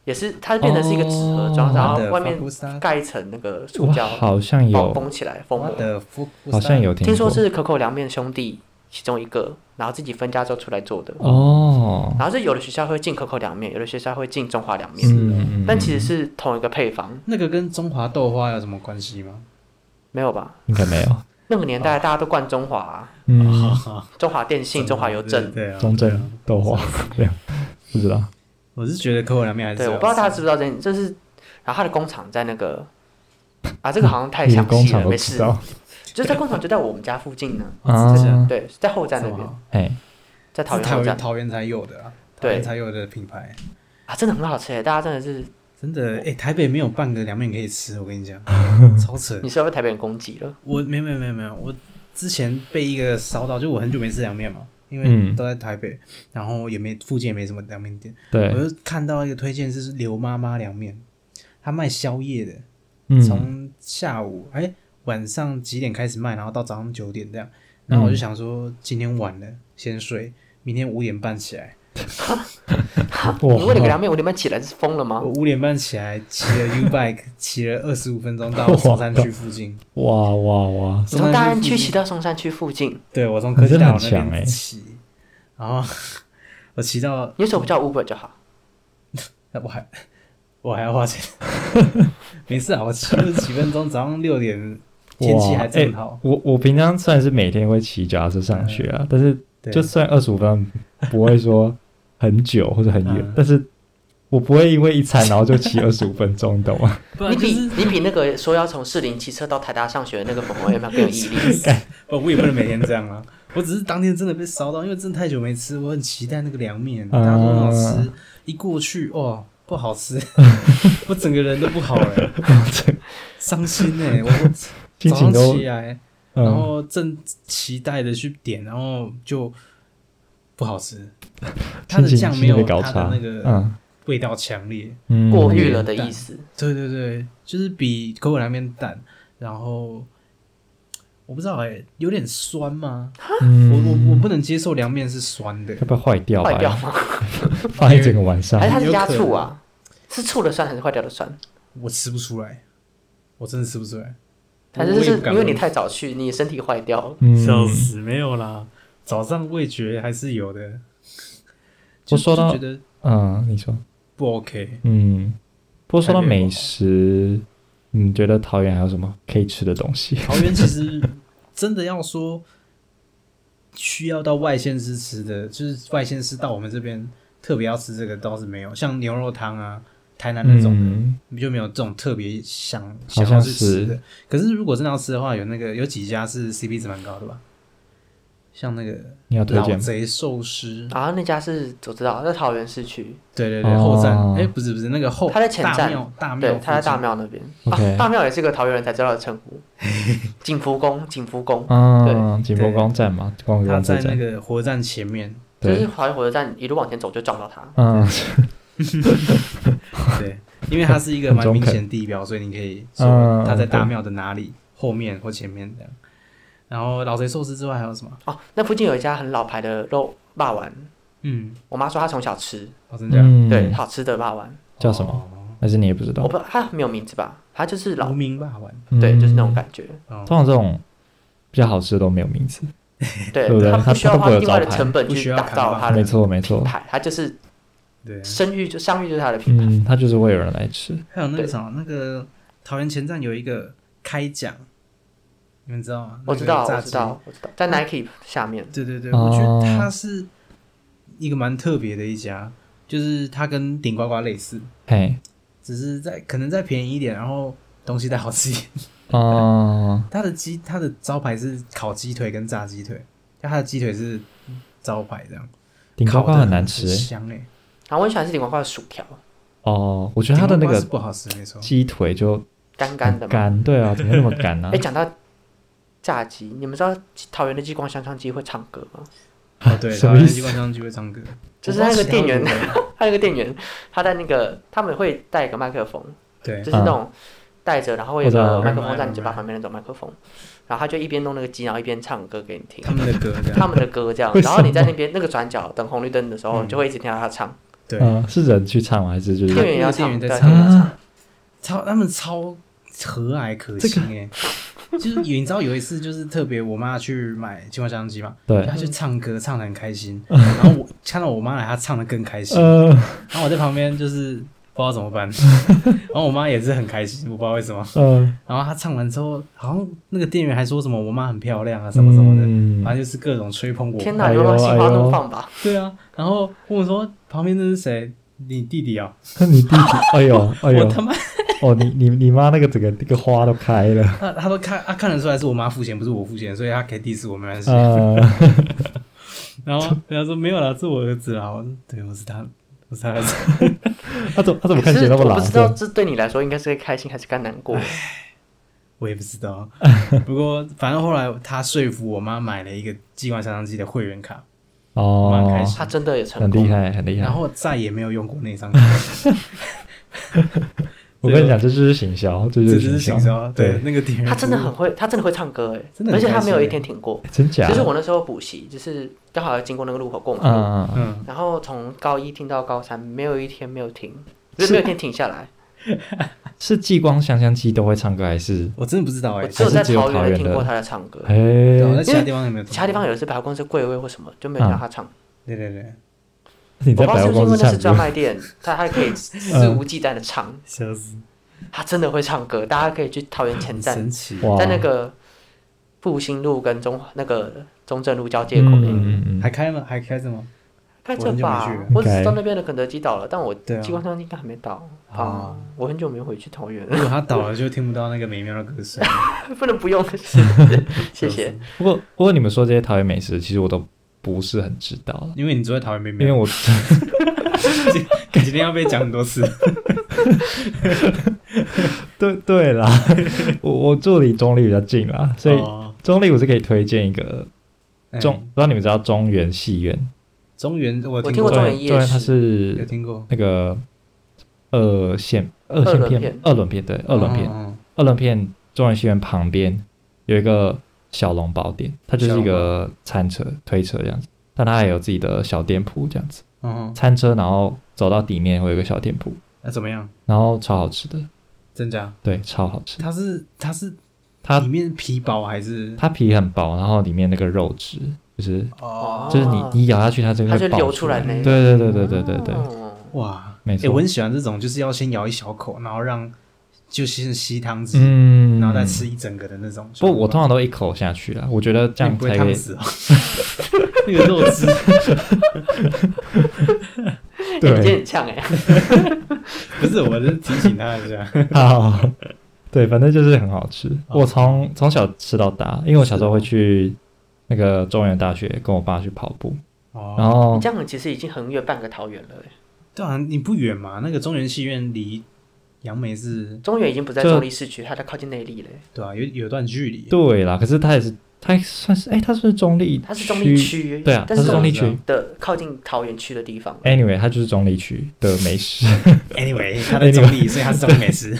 Speaker 3: 也是它变成是一个纸盒
Speaker 2: 哦
Speaker 3: 装，然后
Speaker 1: 的
Speaker 3: 外面
Speaker 1: Fukusa-
Speaker 3: 盖一层那个塑
Speaker 2: 我
Speaker 3: 胶
Speaker 2: 好像
Speaker 3: 包
Speaker 2: 有，
Speaker 3: 封起来封膜。
Speaker 1: 的福
Speaker 2: 好像有听
Speaker 3: 听说是可口凉面兄弟其中一个，然后自己分家之后出来做的。
Speaker 2: 哦，
Speaker 3: 然后就有的学校会进可口凉面，有的学校会进中华凉面，
Speaker 2: 嗯，
Speaker 3: 但其实是同一个配方，
Speaker 1: 那个跟中华豆花有什么关系吗？
Speaker 3: 没有吧？
Speaker 2: 嗯应该没有，
Speaker 3: 那个年代大家都灌中华啊、
Speaker 2: 嗯， <laughs>
Speaker 3: 中华电信、 <laughs> 中华邮政，
Speaker 1: 对啊，
Speaker 2: 中正豆花这样，不知道，
Speaker 1: 我是觉得可口凉面还是
Speaker 3: 对，
Speaker 1: 最好
Speaker 3: 我不知道大家
Speaker 1: 吃
Speaker 3: 知不知道这件，这是，然后他的工厂在那个，啊，这个好像太
Speaker 2: 你的
Speaker 3: 详
Speaker 2: 工
Speaker 3: 细
Speaker 2: 厂
Speaker 3: 了，
Speaker 2: 都
Speaker 3: 没
Speaker 2: 知
Speaker 3: 事，
Speaker 2: 道
Speaker 3: 就是在工厂就在我们家附近呢，
Speaker 1: 哦是这样
Speaker 2: 啊，
Speaker 3: 对，在后站那边，
Speaker 1: 好
Speaker 2: 哎，
Speaker 3: 在桃
Speaker 1: 是
Speaker 3: 园
Speaker 1: 桃
Speaker 3: 后
Speaker 1: 园
Speaker 3: 站
Speaker 1: 桃园才有的啊，桃
Speaker 3: 对
Speaker 1: 园才有的品牌，
Speaker 3: 啊，真的很好吃诶，大家真的是，
Speaker 1: 真的哎，台北没有半个凉面可以吃，我跟你
Speaker 2: <laughs>
Speaker 1: 讲，超扯
Speaker 3: 你。是要被台北人攻击了，
Speaker 1: 我没有没有没有没有，我之前被一个烧到，就我很久没吃凉面嘛，因为
Speaker 2: 嗯
Speaker 1: 都在台北，然后也没附近也没什么凉面店，
Speaker 2: 对，
Speaker 1: 我就看到一个推荐是刘妈妈凉面，她卖宵夜的，
Speaker 2: 嗯，
Speaker 1: 从下午哎、晚上几点开始卖，然后到早上九点这样。然后我就想说，今天晚了，先睡，明天五点半起来。
Speaker 3: 你为了给
Speaker 2: 哇，
Speaker 3: 凉面五点半起来是疯了吗
Speaker 1: 我？五点半起来，骑
Speaker 2: <laughs>
Speaker 1: 了 U bike，骑了二十五分钟到松山区附近。
Speaker 2: 哇哇哇！
Speaker 1: 松
Speaker 3: 从大
Speaker 1: 山
Speaker 3: 安
Speaker 1: 区
Speaker 3: 区
Speaker 1: 附
Speaker 3: 骑
Speaker 1: 近，
Speaker 3: 到松山区附近，
Speaker 1: 对我从科技
Speaker 2: 你真的
Speaker 1: 大
Speaker 2: 很
Speaker 1: 楼那
Speaker 2: 强欸
Speaker 1: 边骑，然后 <laughs> 我骑到
Speaker 3: 你为什么不叫 Uber 就好？
Speaker 1: 我还 <laughs> 我还要花钱，没事啊，我
Speaker 2: <laughs>
Speaker 1: 骑了几分钟，早上六点天气
Speaker 2: 哇
Speaker 1: 还
Speaker 2: 哎
Speaker 1: 正好，
Speaker 2: 我我平常虽然是每天会骑脚踏车上学啊，但是
Speaker 1: 嗯对，
Speaker 2: 就算二十五分钟不会说很久或者很远
Speaker 1: 嗯，
Speaker 2: 但是我不会因为一餐然后就骑二十五分钟，你懂吗？ <laughs>
Speaker 1: 不
Speaker 3: 你
Speaker 1: 然啊就 <laughs>
Speaker 3: 比
Speaker 1: 是
Speaker 3: 你比那个说要从士林骑车到台大上学的那个粉红有没有更有毅力？
Speaker 1: 哎不我也不能每天这样啊，我只是当天真的被烧到，因为真的太久没吃，我很期待那个凉面，大
Speaker 2: 啊
Speaker 1: 家都很好吃，一过去哦不好
Speaker 2: <laughs>
Speaker 1: 吃，我整个人都不好了、伤心
Speaker 2: <laughs>
Speaker 1: 哎、我
Speaker 2: 心
Speaker 1: 早上
Speaker 2: 情都
Speaker 1: 起来，然
Speaker 2: 嗯，
Speaker 1: 后正期待的去点，然后就不好
Speaker 2: <laughs>
Speaker 1: 吃，它
Speaker 2: 心
Speaker 1: 的
Speaker 2: 情
Speaker 1: 酱
Speaker 2: 心
Speaker 1: 没
Speaker 2: 情
Speaker 1: 有
Speaker 2: 被搞
Speaker 1: 它
Speaker 2: 差
Speaker 1: 的那，个
Speaker 2: 嗯
Speaker 1: 味道强烈。
Speaker 2: 嗯，
Speaker 3: 过誉了的意思。
Speaker 1: 对对对，就是比可口凉面淡，然后我不知道哎、有点酸吗？
Speaker 2: 嗯，
Speaker 1: 我我我不能接受凉面是酸的
Speaker 2: 要，不要坏掉
Speaker 3: 坏掉
Speaker 2: 啊？
Speaker 3: 吗？
Speaker 2: 放一整个晚上
Speaker 3: 还，是它是
Speaker 1: 有
Speaker 3: 加
Speaker 1: 可
Speaker 3: 醋
Speaker 2: 嗯
Speaker 3: 啊？是醋的酸还是坏掉的酸？
Speaker 1: 我吃不出来，我真的吃不出来。
Speaker 3: 还
Speaker 1: 我
Speaker 3: 是
Speaker 1: 也
Speaker 3: 是
Speaker 1: 不敢
Speaker 3: 因为你
Speaker 1: 问
Speaker 3: 太早去，你身体坏掉了？
Speaker 2: 嗯，
Speaker 1: 笑死，没有啦，早上味觉还是有的。
Speaker 2: 我
Speaker 1: <laughs> 就
Speaker 2: 说到
Speaker 1: 就觉得
Speaker 2: 嗯，你说，
Speaker 1: 不 OK，
Speaker 2: 嗯，不过说到
Speaker 1: 感觉不
Speaker 2: 美
Speaker 1: 好
Speaker 2: 食，你觉得桃园还有什么可以吃的东西？
Speaker 1: 桃园其实真的要说需要到外县市吃的，就是外县市到我们这边特别要吃这个倒是没有，像牛肉汤啊、台南那种的。
Speaker 2: 嗯，
Speaker 1: 就没有这种特别想
Speaker 2: 好
Speaker 1: 想
Speaker 2: 像
Speaker 1: 要去吃
Speaker 2: 是
Speaker 1: 的。可是如果真的要吃的话，有那个有几家是 CP 值蛮高的吧，像那个
Speaker 2: 你要推
Speaker 1: 老
Speaker 2: 荐吗？
Speaker 1: 贼寿司，
Speaker 3: 啊，那家是我知道，在桃园市区，
Speaker 1: 对对对，
Speaker 2: 哦
Speaker 1: 后站哎、不是不是那个后，
Speaker 3: 它在前站
Speaker 1: 大庙大庙
Speaker 3: 对
Speaker 1: 附，近，
Speaker 3: 他在大庙那边。
Speaker 2: OK
Speaker 3: 啊，大庙也是个桃园人才知道的称
Speaker 2: <laughs>
Speaker 3: 呼，景福宫，景福宫，
Speaker 2: 嗯，景福
Speaker 1: 对
Speaker 2: 宫站嘛，光
Speaker 1: 他
Speaker 2: 荣车
Speaker 1: 在那
Speaker 2: 站，
Speaker 1: 个火车站前面，
Speaker 3: 就是
Speaker 2: 对，
Speaker 3: 桃园火车站一路往前走就撞到它。
Speaker 2: 嗯，
Speaker 1: <laughs> 对，因为它是一个
Speaker 2: 很
Speaker 1: 蛮
Speaker 2: 中
Speaker 1: 明
Speaker 2: 肯
Speaker 1: 显的地标，所以你可以
Speaker 2: 嗯
Speaker 1: 说它在
Speaker 2: 对
Speaker 1: 大庙的哪里，后面或前面这样。然后老贼寿司之外还有什么？
Speaker 3: 哦，那附近有一家很老牌的肉霸丸，
Speaker 1: 嗯，
Speaker 3: 我妈说她从小吃，
Speaker 1: 老哦真讲
Speaker 2: 嗯，
Speaker 3: 对，，好吃的霸丸，
Speaker 2: 叫什么？
Speaker 1: 么？
Speaker 2: 但是你也不知道
Speaker 3: 我，不它没有名字吧，它就是
Speaker 1: 无
Speaker 3: 老，
Speaker 1: 名霸丸。
Speaker 3: 对，就是那
Speaker 2: 嗯
Speaker 3: 种感觉，
Speaker 1: 哦
Speaker 2: 通常这种比较好吃的都没有名字，
Speaker 3: 对
Speaker 2: 对不对，
Speaker 3: 它
Speaker 2: 它
Speaker 3: 不需要
Speaker 2: 它都
Speaker 3: 花
Speaker 2: 不会有
Speaker 3: 另外的
Speaker 2: 招牌
Speaker 3: 成本
Speaker 1: 不需
Speaker 3: 去
Speaker 1: 要
Speaker 3: 打
Speaker 1: 看
Speaker 3: 造
Speaker 1: 吧
Speaker 3: 它
Speaker 2: 没
Speaker 3: 的
Speaker 2: 错没错
Speaker 3: 品，牌，它就是
Speaker 1: 对，
Speaker 3: 声誉就商誉就是它的品牌。
Speaker 2: 嗯，它就是会有人来吃，
Speaker 1: 还有那
Speaker 3: 对
Speaker 1: 个什么，那个桃园前站有一个开讲，你们知道吗？
Speaker 3: 我知道，
Speaker 1: 那个
Speaker 3: 我
Speaker 1: 炸鸡
Speaker 3: 知。道，我知道，在 Nike 下面，
Speaker 1: 对对对，
Speaker 2: 哦
Speaker 1: 我觉得它是一个蛮特别的一家，就是它跟顶呱呱类似，
Speaker 2: 嘿，
Speaker 1: 只是在可能再便宜一点，然后东西再好吃一点。
Speaker 2: 哦，
Speaker 1: 它的鸡，它的招牌是烤鸡腿跟炸鸡腿，但它的鸡腿是招牌这样。
Speaker 2: 顶呱
Speaker 1: 烤
Speaker 2: 呱
Speaker 1: 得
Speaker 2: 很难吃
Speaker 1: 很
Speaker 2: 欸，
Speaker 1: 香哎。
Speaker 3: 然后我很喜欢吃顶呱呱的薯条，
Speaker 2: 哦，我觉得它的
Speaker 1: 顶
Speaker 2: 那
Speaker 1: 呱呱是
Speaker 2: 个
Speaker 1: 不好吃，没错。
Speaker 2: 鸡腿就
Speaker 3: 干干
Speaker 2: 很
Speaker 3: 的嘛。
Speaker 2: 干，对啊，怎么会那么干呢
Speaker 3: 哎、？讲到炸鸡，你们知道桃园的激光香肠鸡会唱歌吗？
Speaker 1: 哦，对，
Speaker 2: 什
Speaker 1: 桃
Speaker 2: 么
Speaker 1: 园
Speaker 2: 意
Speaker 1: 鸡
Speaker 2: 思？
Speaker 1: 冠上就会唱歌，
Speaker 3: 就是那个
Speaker 1: 我不知道其他
Speaker 3: 店员
Speaker 1: 有没有
Speaker 3: 还有一个店员，他在那个他们会带一个麦克风，
Speaker 1: 对
Speaker 3: 就是那种带着，然后会有
Speaker 2: 我知道
Speaker 3: 个麦克风在你嘴巴旁边那种麦克风，然后他就一边弄那个鸡，然后一边唱歌给你听
Speaker 1: 他们的歌这样。
Speaker 3: 他们的歌这样
Speaker 2: 为。什
Speaker 3: 然
Speaker 2: 么
Speaker 3: 后你在那边那个转角等红绿灯的时候，
Speaker 1: 嗯
Speaker 3: 就会一直听到他唱，
Speaker 1: 对，
Speaker 2: 嗯，是人去唱吗？还是就是
Speaker 3: 店员也要唱，
Speaker 1: 店员在
Speaker 3: 对
Speaker 1: 唱
Speaker 3: 店员
Speaker 2: 啊
Speaker 1: 超他们超和蔼可亲哎、就是有你知道有一次就是特别我妈去买青蛙相机嘛，
Speaker 2: 对
Speaker 1: 她，去唱歌唱的很开
Speaker 2: <laughs>
Speaker 1: 心，然后我看到我妈来，她唱的更开心，
Speaker 2: 呃，
Speaker 1: 然后我在旁边就是不知道怎么办，然后我妈也是很开心，我不知道为什么，
Speaker 2: 嗯，
Speaker 1: 然后她唱完之后，好像那个店员还说什么我妈很漂亮啊什么什么的，
Speaker 2: 的
Speaker 1: 反正就是各种吹捧我，
Speaker 3: 天哪，
Speaker 2: 哎呦
Speaker 3: 有没有心花怒放吧？
Speaker 1: 对啊，然后问我说旁边那是谁？你弟弟啊、
Speaker 2: 那你
Speaker 3: <laughs>
Speaker 2: 弟弟，哎呦，哎
Speaker 1: 我
Speaker 2: 呦，
Speaker 1: 他妈
Speaker 2: 哦，你你你妈那个整个那个花都开了，
Speaker 3: <laughs>
Speaker 1: 他他都看他看得出来是我妈付钱，不是我付钱，所以他可以 diss 我没关系。
Speaker 2: 呃，
Speaker 1: 然后人家说没有啦，是我儿子啊啦。我说对，我是他，我是他儿子。
Speaker 2: 他怎他怎么
Speaker 3: 可
Speaker 2: 哎看起来啊
Speaker 3: 是
Speaker 2: 那么
Speaker 3: 我
Speaker 2: 老
Speaker 3: 不知道
Speaker 2: 实？
Speaker 3: 这对你来说应该是开心还是该难过。
Speaker 1: 我也不知
Speaker 2: <laughs>
Speaker 1: 道，不过反正后来他说服我妈买了一个激光相当机的会员卡，
Speaker 2: 哦
Speaker 1: 蛮，开心
Speaker 3: 他真的也成
Speaker 2: 很
Speaker 3: 功
Speaker 2: 厉，害，很厉害
Speaker 1: 然。后再也没有用过那张卡。
Speaker 2: <laughs> 我跟你讲，这就是行销，这
Speaker 1: 这
Speaker 2: 就
Speaker 1: 就是行
Speaker 2: 行销
Speaker 1: 销，，对，那个点
Speaker 2: 嗯
Speaker 3: 他真的很会，他真的会唱歌哎
Speaker 1: 真的，很
Speaker 3: 而且他
Speaker 1: 开心
Speaker 3: 没有一
Speaker 1: 欸
Speaker 3: 天停过。
Speaker 2: 真假？
Speaker 3: 就是我那时候补习，就是刚好要经过那个路口过马
Speaker 2: 嗯，
Speaker 3: 路，
Speaker 2: 嗯
Speaker 1: 嗯，
Speaker 3: 然后从高一听到高三，没有一天没有停，
Speaker 2: 是
Speaker 3: 就是没有一天停下来。
Speaker 2: 嗯是激光香香鸡都会唱歌还是？
Speaker 1: 我真的不知道哎
Speaker 3: 我，只有
Speaker 2: 哦
Speaker 3: 在
Speaker 2: 还是只有
Speaker 3: 桃园
Speaker 2: 桃
Speaker 3: 会
Speaker 2: 园
Speaker 3: 听过
Speaker 2: 的
Speaker 3: 他的唱歌，
Speaker 2: 哎
Speaker 1: 对，我在其他地方有没有？
Speaker 3: 其他地方，有的是百货公司柜位或什么，就没有听到他唱。
Speaker 1: 对对对，
Speaker 2: 嗯你在
Speaker 3: 我不
Speaker 2: 百
Speaker 3: 知道
Speaker 2: 货
Speaker 3: 是不是因
Speaker 2: 公
Speaker 3: 为
Speaker 2: 司
Speaker 3: 那是
Speaker 2: 唱
Speaker 3: 专
Speaker 2: 歌，嗯
Speaker 3: 卖店，他还可以肆无忌惮的唱，
Speaker 1: 笑死，
Speaker 3: 他真的会唱歌，大家可以去桃园前
Speaker 1: 很
Speaker 3: 站
Speaker 1: 神，奇，
Speaker 2: 哇，
Speaker 3: 在那个复兴路跟中那个中正路交界口那里。
Speaker 2: 嗯嗯
Speaker 1: 还
Speaker 2: 嗯，
Speaker 1: 开吗？还开着
Speaker 3: <laughs>
Speaker 1: 吗？
Speaker 3: 开
Speaker 1: 我
Speaker 3: 这
Speaker 1: 很久没
Speaker 3: 吧
Speaker 1: 去了，
Speaker 3: 我只知
Speaker 2: OK
Speaker 3: 道那边的肯德基倒了，但我
Speaker 1: 对啊
Speaker 3: 激光枪应该还没倒
Speaker 1: 啊
Speaker 3: 啊。我很久没回去桃园了， <laughs>
Speaker 1: 如果他倒了，就听不到那个美妙的歌声。
Speaker 3: 不能不用，是谢谢。
Speaker 2: 不过不过你们说这些桃园美食，其实我都不是很知道了，
Speaker 1: 因为你只会讨厌美
Speaker 2: 因为
Speaker 1: 妙，
Speaker 2: 我
Speaker 1: 感觉要被讲很多次。
Speaker 2: 对对啦， <laughs> 我我住离中立比较近啦， <laughs> 所以
Speaker 1: 哦
Speaker 2: 中立我是可以推荐一个
Speaker 1: 嗯
Speaker 2: 中，不知道你们知道中原戏院？
Speaker 1: 中原，我
Speaker 3: 我听过
Speaker 2: 中
Speaker 3: 中
Speaker 2: 原
Speaker 3: 原
Speaker 2: 中
Speaker 3: 夜
Speaker 2: 它
Speaker 3: 市
Speaker 1: 有
Speaker 2: 是
Speaker 1: 听过
Speaker 2: 那个二线二
Speaker 3: 二
Speaker 2: 线
Speaker 3: 轮
Speaker 2: 片
Speaker 3: 片
Speaker 2: 二轮片对二轮片
Speaker 1: 嗯
Speaker 2: 二轮片中原戏院旁边有一个小笼包店，它就是一个餐车推车这样子，但它也有自己的小店铺这样子，
Speaker 1: 嗯嗯，
Speaker 2: 餐车然后走到底面会有一个小店铺，
Speaker 1: 那怎么样？
Speaker 2: 然后超好吃的，
Speaker 1: 真假？
Speaker 2: 对，超好吃。
Speaker 1: 它是它是
Speaker 2: 它
Speaker 1: 里面皮薄还是？
Speaker 2: 它皮很薄，然后里面那个肉质就是
Speaker 1: 哦
Speaker 2: 就是你你咬下去，它这个
Speaker 3: 它就
Speaker 2: 爆
Speaker 3: 流
Speaker 2: 出
Speaker 3: 出来那
Speaker 2: 对
Speaker 3: 一
Speaker 2: 对对对对对对，
Speaker 3: 哦
Speaker 1: 哇，
Speaker 2: 没
Speaker 1: 哎，
Speaker 2: 错。
Speaker 1: 我很喜欢这种，就是要先咬一小口，然后让就先吸汤汁，
Speaker 2: 嗯，
Speaker 1: 然后再吃一整个的那种。
Speaker 2: 不，我通常都一口下去啊了，我觉得这
Speaker 1: 那你
Speaker 2: 样
Speaker 1: 不会
Speaker 2: 才可
Speaker 1: 烫
Speaker 2: 以。
Speaker 1: 死哦。 <laughs> 那个肉汁，
Speaker 3: 哎你今天
Speaker 2: 对，
Speaker 3: 很呛哎，
Speaker 1: 不是，我是提醒他一
Speaker 2: <laughs>
Speaker 1: 下。
Speaker 2: 好，对，反正就是很好吃。
Speaker 1: 哦
Speaker 2: 我从从小吃到大，因为我小时候会去那个中原大学跟我爸去跑步，然
Speaker 1: 哦，
Speaker 2: 后
Speaker 3: 你这样其实已经横越半个桃园了哎。
Speaker 1: 对啊，你不远嘛，那个中原戏院离杨梅是，
Speaker 3: 中原已经不在
Speaker 2: 这
Speaker 3: 中立市区，它在靠近内坜嘞，
Speaker 1: 对啊，有有段距离。
Speaker 2: 对啦，可是它也是它算是哎，它是不是中立？
Speaker 3: 它是中立，区，
Speaker 2: 对啊，它
Speaker 3: 但是
Speaker 2: 是中立
Speaker 1: 这样
Speaker 2: 区。
Speaker 3: 的靠近桃园区的地方。啊
Speaker 2: Anyway，它就是中立区的美食。
Speaker 1: Anyway，他在中
Speaker 2: <laughs>
Speaker 1: 立，所以他是中立美食。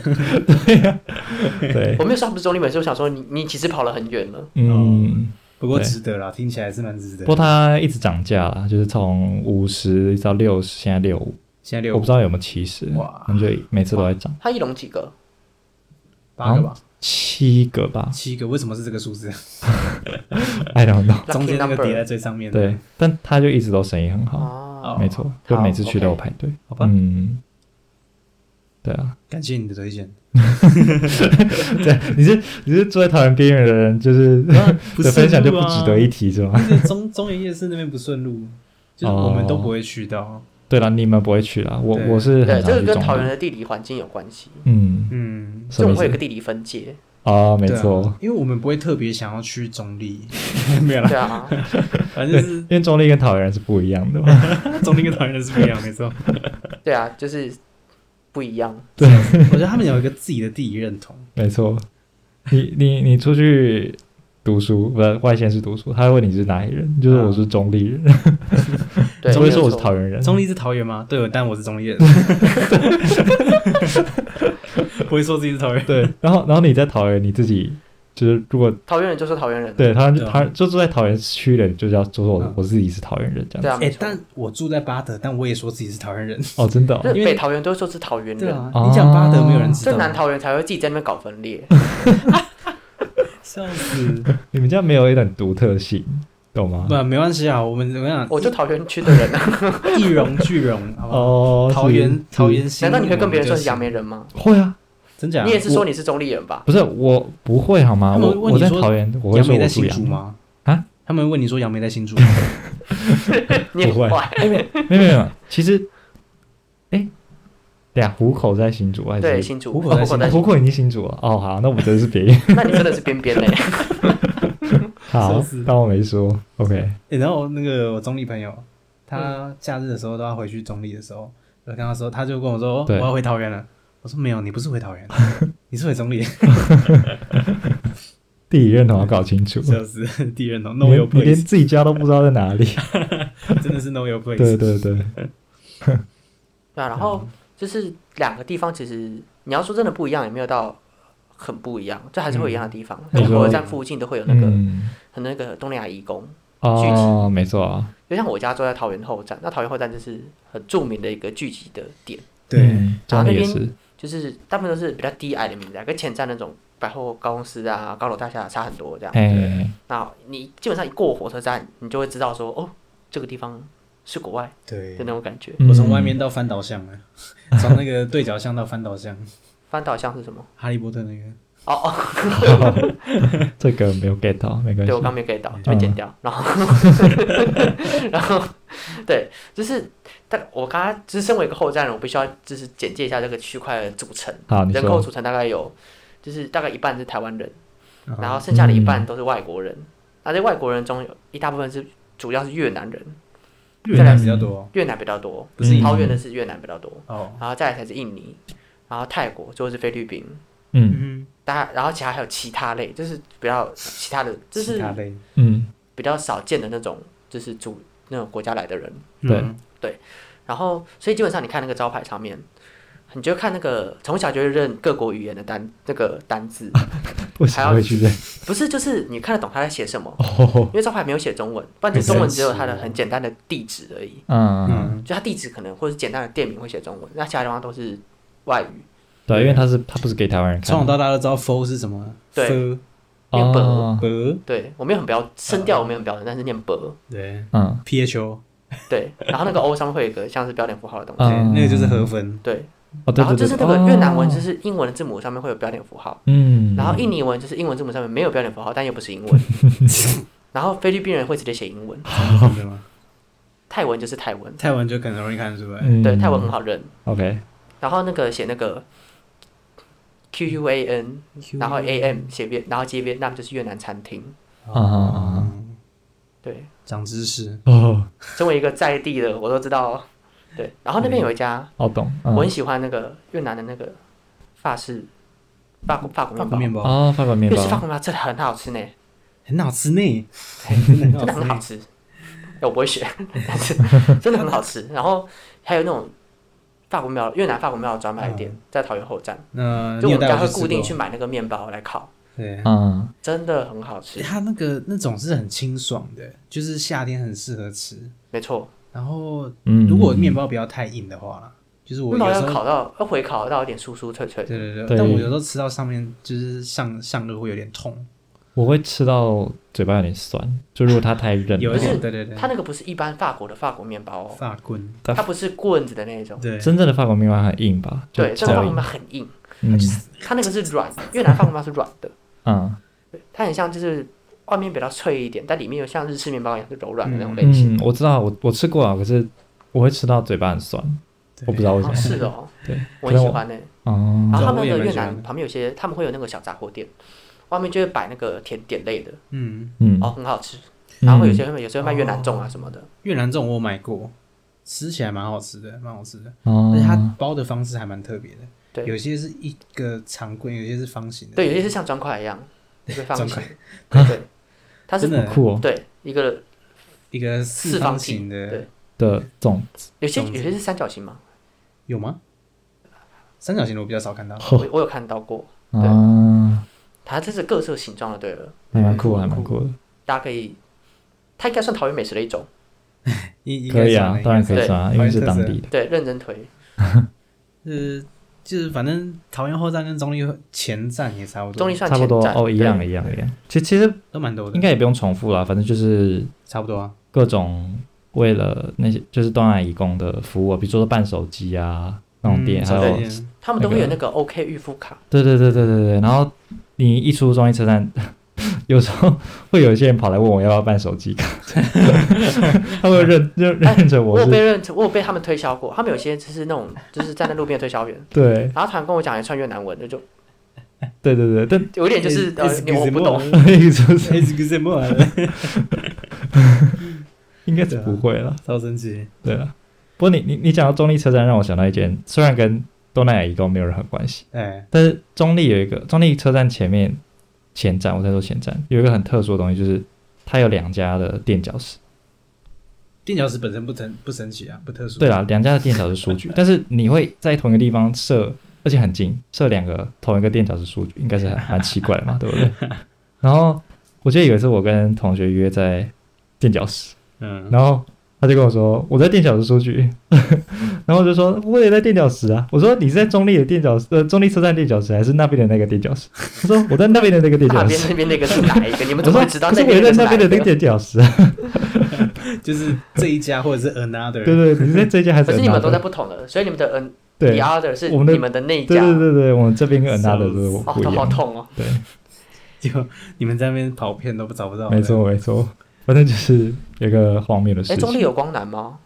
Speaker 2: 对
Speaker 3: 我，没有说它不是中立美食，我想说你你其实跑了很远了。
Speaker 2: 嗯，
Speaker 1: <laughs> 不过
Speaker 2: 对
Speaker 1: 值得啦，听起来是蛮值得的。
Speaker 2: 不过它一直涨价啦，就是从五十到六十，现在六五，
Speaker 1: 现在
Speaker 2: 我
Speaker 1: 六
Speaker 2: 不知道有没有七十，
Speaker 1: 哇
Speaker 2: 我们就每次都在涨
Speaker 3: 它一龙几个？
Speaker 1: 八个吧，
Speaker 2: 七个吧
Speaker 1: 七个，为什么是这个数字？
Speaker 2: ，I don't know。
Speaker 3: Lucky
Speaker 1: 中间那个
Speaker 3: number
Speaker 1: 叠在最上面。
Speaker 2: 对，，但他就一直都生意很好，
Speaker 3: 哦，
Speaker 2: 没错，就
Speaker 3: 好
Speaker 2: 每次去都有
Speaker 3: OK
Speaker 2: 排队。
Speaker 1: 好吧
Speaker 2: 嗯，对啊，
Speaker 1: 感谢你的推荐。
Speaker 2: 你是你是住在桃园边缘的人，就是
Speaker 1: <laughs>
Speaker 2: 啊
Speaker 1: 不
Speaker 2: 的
Speaker 1: 是
Speaker 2: 分享 <laughs> 就不值得一提是吗？
Speaker 1: 因为中中原夜市那边不顺路，就是我们都不会去到。
Speaker 2: 对了，你们不会去啦，我
Speaker 1: 对
Speaker 2: 我是
Speaker 3: 对，
Speaker 2: 很
Speaker 3: 这
Speaker 2: 常
Speaker 3: 个
Speaker 2: 去
Speaker 3: 跟
Speaker 2: 中
Speaker 3: 桃园
Speaker 2: 部。
Speaker 3: 的地理环境有关系，
Speaker 2: 嗯，
Speaker 1: 嗯，
Speaker 2: 什
Speaker 3: 这
Speaker 2: 么
Speaker 3: 种
Speaker 2: 意
Speaker 3: 会有个
Speaker 2: 思？
Speaker 3: 地理分界。
Speaker 2: 啊，没
Speaker 1: 对啊
Speaker 2: 错，，
Speaker 1: 因为我们不会特别想要去中立，
Speaker 2: <laughs>
Speaker 1: 没有啦，
Speaker 3: 对啊，
Speaker 1: 反正
Speaker 2: 对，因
Speaker 1: 是
Speaker 2: 为中立跟桃园人是不一样的嘛。 <laughs>
Speaker 1: 中立跟桃园人是不一样，没错。
Speaker 3: 对啊，就是不一样。
Speaker 2: <laughs>
Speaker 1: 我觉得他们有一个自己的地理认同。
Speaker 2: 没错，你你你出去读书，不是外县市读书，他会问你是哪里人，就是我是中立人，
Speaker 3: 啊
Speaker 2: <laughs>
Speaker 3: 对，
Speaker 2: 不
Speaker 3: 没
Speaker 2: 会
Speaker 3: 有
Speaker 2: 说我是
Speaker 3: 错
Speaker 2: 桃园人。
Speaker 1: 中立是桃园吗？对，但我是中立
Speaker 2: <laughs>
Speaker 1: 人，不会说自己是桃园。
Speaker 2: 对，然后然后你在桃园，你自己就是如果
Speaker 3: 桃园人就说桃园人，
Speaker 2: 对他
Speaker 1: 对啊
Speaker 2: 他就住在桃园区的，就叫就说我
Speaker 1: 嗯
Speaker 2: 我自己是桃园人这
Speaker 3: 对
Speaker 2: 样
Speaker 3: 啊，
Speaker 2: 子。
Speaker 1: 哎、
Speaker 3: 没错。
Speaker 1: 但我住在巴德，但我也说自己是桃园人。
Speaker 2: 哦，真的哦
Speaker 3: 就是
Speaker 1: 因为
Speaker 3: 北桃园都说是桃园
Speaker 1: 对
Speaker 3: 人，
Speaker 1: 啊，
Speaker 2: 哦
Speaker 1: 你讲巴德没有人知
Speaker 3: 这
Speaker 1: 道，
Speaker 3: 南桃园才会自哦己在那边搞分裂。
Speaker 1: 笑死。
Speaker 2: 你们家没有一点独特性，懂吗？
Speaker 1: 不，没关系啊，我们怎么样？
Speaker 3: 我就桃园区的人啊，
Speaker 1: 一荣俱荣，好不好？
Speaker 2: 哦，
Speaker 1: 桃
Speaker 2: 是
Speaker 1: 园，
Speaker 2: 是
Speaker 1: 桃园新闻
Speaker 3: 难道你会跟别人说
Speaker 1: 就是
Speaker 3: 杨梅人吗？
Speaker 2: 会啊？
Speaker 1: 真假？
Speaker 3: 你也是
Speaker 1: 我
Speaker 3: 说你是中立人吧？
Speaker 2: 不是我不会好吗？
Speaker 1: 他们
Speaker 2: 我
Speaker 1: 会问你
Speaker 2: 我在
Speaker 1: 说
Speaker 2: 桃园，我会
Speaker 1: 杨
Speaker 2: 说
Speaker 1: 梅
Speaker 2: 我
Speaker 1: 在
Speaker 2: 住
Speaker 1: 新
Speaker 2: 阳
Speaker 1: 竹
Speaker 2: 明。
Speaker 1: 吗？
Speaker 2: 啊？
Speaker 1: 他们会问你说杨梅在新竹吗？
Speaker 2: <laughs>
Speaker 3: 你很
Speaker 2: 不会
Speaker 3: 坏，
Speaker 2: 没有没有没有，其实，哎，对啊，虎口在新竹还
Speaker 3: 对，
Speaker 2: 是？
Speaker 3: 新竹，
Speaker 1: 虎口在
Speaker 3: 哦 <laughs> 虎口
Speaker 1: 新
Speaker 3: 在
Speaker 2: 虎口已经新竹了哦，好，那我真的是别人。
Speaker 3: 那你真的是边边嘞。
Speaker 1: 是
Speaker 2: 好
Speaker 1: 不是，
Speaker 2: 当我没说。OK，
Speaker 1: 欸然后那个我中立朋友，他
Speaker 2: 嗯
Speaker 1: 假日的时候都要回去中立的时候，我跟他说，他就跟我说哦我
Speaker 2: 对
Speaker 1: 要回桃园了。我说没有，你不是回桃园，啊
Speaker 2: <laughs>
Speaker 1: 你是回中立，
Speaker 2: 地理认同要搞清楚，
Speaker 1: 就是啊地缘同 know
Speaker 2: 你
Speaker 1: your
Speaker 2: 连你连
Speaker 1: place，
Speaker 2: 自己家都不知道在哪里。
Speaker 1: <laughs> 真的是 know your place。
Speaker 2: 对对对，
Speaker 3: 对啊，然后就是两个地方其实你要说真的不一样，也没有到很不一样，这还是会有一样的地方。
Speaker 2: 你
Speaker 3: 像
Speaker 2: 说
Speaker 3: 火车站附近都会有那个、
Speaker 2: 嗯，
Speaker 3: 很那个东南亚义工，
Speaker 2: 哦，没错啊，
Speaker 3: 就像我家住在桃园后站，那桃园后站就是很著名的一个聚集的点，
Speaker 1: 对，
Speaker 2: 嗯，中立也是，
Speaker 3: 就是大部分都是比较低矮的民宅，跟前站那种百货公司啊、高楼大厦差很多这样。
Speaker 2: 哎，
Speaker 3: 那你基本上一过火车站，你就会知道说，哦，这个地方是国外
Speaker 1: 对
Speaker 3: 的，那种感觉。
Speaker 1: 我从
Speaker 2: 嗯
Speaker 1: 外面到翻倒巷了，从那个对角巷到翻倒巷， <laughs>
Speaker 3: 翻倒像是什么？
Speaker 1: 哈利波特那个，
Speaker 3: 哦哦，
Speaker 2: <laughs> 这个没有 get 到，没关系
Speaker 3: 对我，刚没 get
Speaker 2: 嗯
Speaker 3: 到，就被剪掉。然后， <laughs> 然后，对，就是，但我刚刚就是身为一个后站人，我必须要就是简介一下这个区块的组成。
Speaker 2: 好，哦你
Speaker 3: 人口
Speaker 2: 说，
Speaker 3: 组成大概有，就是大概一半是台湾人，然后
Speaker 1: 后
Speaker 3: 剩下的一
Speaker 1: 嗯
Speaker 3: 半都是外国人。那在外国人中有一大部分是主要是越南人，
Speaker 1: 越南比较多
Speaker 3: 越南比较多，
Speaker 1: 哦不是印尼
Speaker 3: 桃园的是越南比较多，
Speaker 1: 哦，
Speaker 3: 然后再来才是印尼，然后泰国，最后是菲律宾。
Speaker 2: 嗯
Speaker 1: 嗯，
Speaker 3: 大家，然后其他还有其他类，就是比较其他的，就
Speaker 1: 其
Speaker 3: 是
Speaker 1: 他类，
Speaker 2: 嗯，
Speaker 3: 比较少见的那种，就是主那种国家来的人。
Speaker 2: 对
Speaker 1: 嗯
Speaker 3: 然后，所以基本上你看那个招牌上面，你就看那个从小就会认各国语言的单那个单字，
Speaker 2: 为什
Speaker 3: 还
Speaker 2: 么
Speaker 3: 要
Speaker 2: 会
Speaker 3: <laughs>
Speaker 2: 去认？
Speaker 3: 不是就是你看得懂他在写什么，
Speaker 2: 哦，
Speaker 3: 因为招牌没有写中文，不然就中文只有它的很简单的地址而已，
Speaker 2: 嗯，
Speaker 1: 嗯，
Speaker 3: 就它地址可能或者是简单的店名会写中文，那其他地方都是外语。
Speaker 2: 对，因为他是他不是给台湾人
Speaker 1: 从
Speaker 2: 看
Speaker 1: 小到
Speaker 2: 的，
Speaker 1: 大都知道 “fo” 是什么，
Speaker 3: 对
Speaker 1: “fo”，
Speaker 3: 念本
Speaker 2: 哦，
Speaker 1: “b”，
Speaker 3: 对我没有很标声调，我没有很标准，但是念“伯
Speaker 1: 对
Speaker 2: 嗯，
Speaker 1: ，“p h o”，”，
Speaker 3: 对，然后那个 O 上面会有一个像是标点符号的东西，
Speaker 1: 对
Speaker 2: 嗯，
Speaker 1: 那个就是河粉，
Speaker 3: 对，
Speaker 2: 哦，对
Speaker 3: 然后
Speaker 2: 对
Speaker 3: 就
Speaker 2: 对，
Speaker 3: 是那个越南文，就
Speaker 2: 哦，
Speaker 3: 是英文的字母上面会有标点符号，
Speaker 2: 嗯，
Speaker 3: 然后印尼文就是英文字母上面没有标点符号，但又不是英
Speaker 2: <laughs>
Speaker 3: 文。然后菲律宾人会直接写英文，
Speaker 1: 对吗？
Speaker 3: 泰文就是泰文，
Speaker 1: 泰文就很容易看得出来，
Speaker 2: 嗯，
Speaker 3: 对，泰文很好认。
Speaker 2: ，OK，
Speaker 3: 然后那个写那个 Q U A N，然后 A M 写越，然后接越南就是越南餐厅。
Speaker 2: 啊
Speaker 1: 哦，
Speaker 3: 对，
Speaker 1: 长知识，
Speaker 2: 哦，
Speaker 3: 身为一个在地的，我都知道。对，然后那边有一家，
Speaker 2: 好懂，
Speaker 3: 我
Speaker 2: 嗯
Speaker 3: 很喜欢那个越南的那个法式法国法国面包，
Speaker 1: 面包
Speaker 2: 哦，法国面
Speaker 3: 越式法
Speaker 2: 包，
Speaker 3: 国面包真的很好吃呢。
Speaker 1: 很好吃呢，
Speaker 3: 真的很好吃。哎我不会学， <laughs> 但是真的很好吃。然后还有那种法国庙、越南法国庙的专卖店，在桃园后站，
Speaker 1: <laughs> 那
Speaker 3: 就
Speaker 1: 你
Speaker 3: 我
Speaker 1: 有
Speaker 3: 们
Speaker 1: 带我
Speaker 3: 家会
Speaker 1: 去吃
Speaker 3: 固定
Speaker 1: 过
Speaker 3: 去买那个面包来烤，
Speaker 1: 对，
Speaker 2: 嗯，
Speaker 3: 真的很好吃。
Speaker 1: 它那个那种是很清爽的，就是夏天很适合吃。
Speaker 3: 没错，
Speaker 1: 然后
Speaker 2: 嗯，
Speaker 1: 如果面包不要太硬的话啦，就是我
Speaker 3: 面包
Speaker 1: 有
Speaker 3: 要
Speaker 1: 时候
Speaker 3: 烤到要回烤到有点酥酥脆脆的。
Speaker 1: 对对
Speaker 2: 对
Speaker 1: 对，但我有时候吃到上面就是上上颚会有点痛，
Speaker 2: 我会吃到嘴巴有点酸，就如果它
Speaker 3: <laughs>
Speaker 2: 太韧
Speaker 1: 有一
Speaker 2: 了，
Speaker 1: 点
Speaker 3: 是
Speaker 1: 对对对，
Speaker 3: 它那个不是一般法国的法国面包哦，
Speaker 1: 发棍，
Speaker 2: 它
Speaker 3: 它不是棍子的那种。
Speaker 1: 对，
Speaker 2: 真正的法国面包很硬吧？就
Speaker 3: 对，这
Speaker 2: 超
Speaker 3: 个法国
Speaker 2: 硬
Speaker 3: 面包，很硬，
Speaker 2: 嗯
Speaker 3: 它那个是软的，越南法国面包是软的，
Speaker 2: 嗯
Speaker 3: 它很像就是外面比较脆一点，但里面又像日式面包一样是柔软的那种类型。
Speaker 2: 嗯，我知道，我我吃过啊，可是我会吃到嘴巴很酸，
Speaker 1: 对
Speaker 2: 我不知道为什
Speaker 3: 哦
Speaker 2: 么，
Speaker 3: 是哦，
Speaker 2: 对，
Speaker 3: 我
Speaker 2: 可
Speaker 3: 很
Speaker 2: 能
Speaker 3: 喜欢呢、
Speaker 2: 哦，
Speaker 3: 然后
Speaker 1: 对
Speaker 3: 他们
Speaker 1: 我也
Speaker 3: 那个
Speaker 1: 蛮
Speaker 3: 越
Speaker 1: 喜欢
Speaker 3: 南
Speaker 1: 的
Speaker 3: 旁边有些，他们会有那个小杂货店，外面就会摆那个甜点类的，
Speaker 1: 嗯，
Speaker 2: 嗯，
Speaker 3: 哦，很好吃。
Speaker 2: 嗯
Speaker 3: 然后会有些有些会卖越南粽啊什么的，
Speaker 1: 越南这种我有买过，吃起来蛮好吃的，蛮好吃的，
Speaker 2: 哦
Speaker 1: 而且它包的方式还蛮特别的，
Speaker 3: 对
Speaker 1: 有些是一个长棍，有些是方形的，
Speaker 3: 对，有些是像砖块一样被放
Speaker 1: 砖
Speaker 3: 起
Speaker 1: 块，
Speaker 3: 对对，它是
Speaker 1: 真的
Speaker 2: 酷哦
Speaker 3: 对一个
Speaker 1: 一个
Speaker 3: 四
Speaker 1: 四
Speaker 3: 方
Speaker 1: 方
Speaker 3: 形
Speaker 1: 形的
Speaker 3: 对，
Speaker 2: 的粽子，
Speaker 3: 有些
Speaker 1: 粽
Speaker 3: 有
Speaker 1: 子
Speaker 3: 些是三角形嘛，
Speaker 1: 有吗？三角形的我比较少看到，
Speaker 2: 哦
Speaker 3: 我我有看到过，对
Speaker 2: 啊，
Speaker 3: 它这是各色形状的，对了，
Speaker 2: 还蛮酷，
Speaker 1: 嗯
Speaker 2: 啊还蛮酷的，
Speaker 3: 大家可以，它应该算桃园美食的一种，
Speaker 1: 应应该
Speaker 2: 可以
Speaker 1: 算
Speaker 2: 啊
Speaker 1: 了，
Speaker 2: 当然可以
Speaker 3: 对
Speaker 2: 算啊，因为是当地的，
Speaker 3: 对，认真推，
Speaker 1: 呃，就是反正桃园后站跟中立前站也差不多，
Speaker 3: 中立算
Speaker 2: 差不
Speaker 3: 前
Speaker 2: 多
Speaker 3: 站
Speaker 2: 哦，一样，一样一样，其实其实
Speaker 1: 都蛮多的
Speaker 2: 应，该也不用重复啦，反正就是
Speaker 1: 差不多啊。
Speaker 2: 各种为了那些就是东南亚移工的服务啊，比如说伴手机啊那种店，
Speaker 1: 嗯
Speaker 2: 还
Speaker 1: 手
Speaker 2: 有
Speaker 1: 机店
Speaker 3: 他们都会有那个 OK 预付卡，
Speaker 2: 对对对对对对，然后你一出中立车站， <laughs> 有时候会有一些人跑来问我要不要办手机卡， <laughs> 他会认认认着
Speaker 3: 哎我
Speaker 2: 我
Speaker 3: 有
Speaker 2: 是，
Speaker 3: 被认，我有被他们推销过，他们有些就是那种就是站在路边的推销员。
Speaker 2: 对
Speaker 3: 然后他跟我讲一串越南文，那就
Speaker 2: 对对对，但
Speaker 3: 有一点就是呃，
Speaker 1: Excuse
Speaker 3: 你我不懂，
Speaker 1: me
Speaker 2: 就是
Speaker 1: ，excuse me，
Speaker 2: 应该是不会了，
Speaker 1: 超神奇。
Speaker 2: 对了。不过你你你讲到中立车站，让我想到一件，虽然跟东南亚移工没有任何关系，
Speaker 1: 哎，
Speaker 2: 但是中立有一个中立车站前面前站，我在说前站有一个很特殊的东西，就是它有两家的垫脚石。
Speaker 1: 垫脚石本身不神不神奇啊，不特殊。
Speaker 2: 对啦，两家的店小是书局，但是你会在同一个地方设而且很近，设两个同一个垫脚石数据，应该是还蛮奇怪的嘛，对不对？然后我记得有一次我跟同学约在垫脚石，
Speaker 1: 嗯，
Speaker 2: 然后他就跟我说我在垫脚石数据， <laughs> 然后我就说我也在垫脚石啊。我说你是在中立的垫脚石，呃，中立车站垫脚石还是那边的那个垫脚石？他说我在那边的那个垫
Speaker 3: 那
Speaker 2: 脚
Speaker 3: 边
Speaker 2: 石。
Speaker 3: 那边那个是哪一个？你们
Speaker 2: 我
Speaker 3: 怎么
Speaker 2: 说
Speaker 3: 会知道
Speaker 2: 可是
Speaker 3: 那
Speaker 2: 我也
Speaker 3: 边
Speaker 2: 在
Speaker 3: 是
Speaker 2: 那
Speaker 3: 哪
Speaker 2: 边
Speaker 3: 一
Speaker 2: 的那个
Speaker 3: 个？
Speaker 2: 垫脚石啊。
Speaker 1: 就是这一家或者是 another，
Speaker 2: 对对，你是在这一家还是
Speaker 3: 可
Speaker 2: another？
Speaker 3: 是你们都在啊不同的，所以你们的 n
Speaker 2: 对
Speaker 3: the other 是
Speaker 2: 我们的
Speaker 3: 你们的那一
Speaker 2: 对
Speaker 3: 家。
Speaker 2: 对对对，我们这边跟
Speaker 1: 笑
Speaker 2: another 都
Speaker 1: 死
Speaker 2: 是
Speaker 3: 哦，
Speaker 2: 不一
Speaker 3: 都好
Speaker 2: 样。
Speaker 3: 痛哦！
Speaker 2: 对，
Speaker 1: 就你们在那边跑片都找不到，
Speaker 2: 没错没错，反正就是有一个荒谬的事
Speaker 3: 哎，中立
Speaker 2: 情。
Speaker 3: 有光南吗？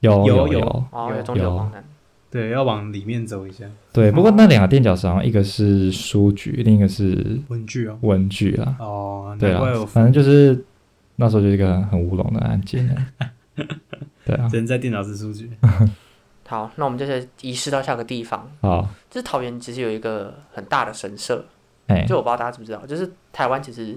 Speaker 2: 有
Speaker 1: 有
Speaker 2: 有
Speaker 1: 有，
Speaker 3: 哦，
Speaker 1: 有
Speaker 3: 有中立有光南。
Speaker 1: 对，要往里面走一下，
Speaker 2: 对，
Speaker 3: 哦
Speaker 2: 不过那两个垫脚石好像一个是书局，另一个是
Speaker 1: 文具哦，
Speaker 2: 文具啦。
Speaker 1: 哦，
Speaker 2: 对
Speaker 1: 难
Speaker 2: 啊
Speaker 1: 怪有，
Speaker 2: 反正就是那时候就是一个很很乌龙的案件啊。对啊，
Speaker 1: 人在电脑是数据，
Speaker 3: 好，那我们就是移师到下个地方。
Speaker 2: 好，
Speaker 3: 就是桃园其实有一个很大的神社，
Speaker 2: 哎，
Speaker 3: 就我不知道大家知不知道，就是台湾其实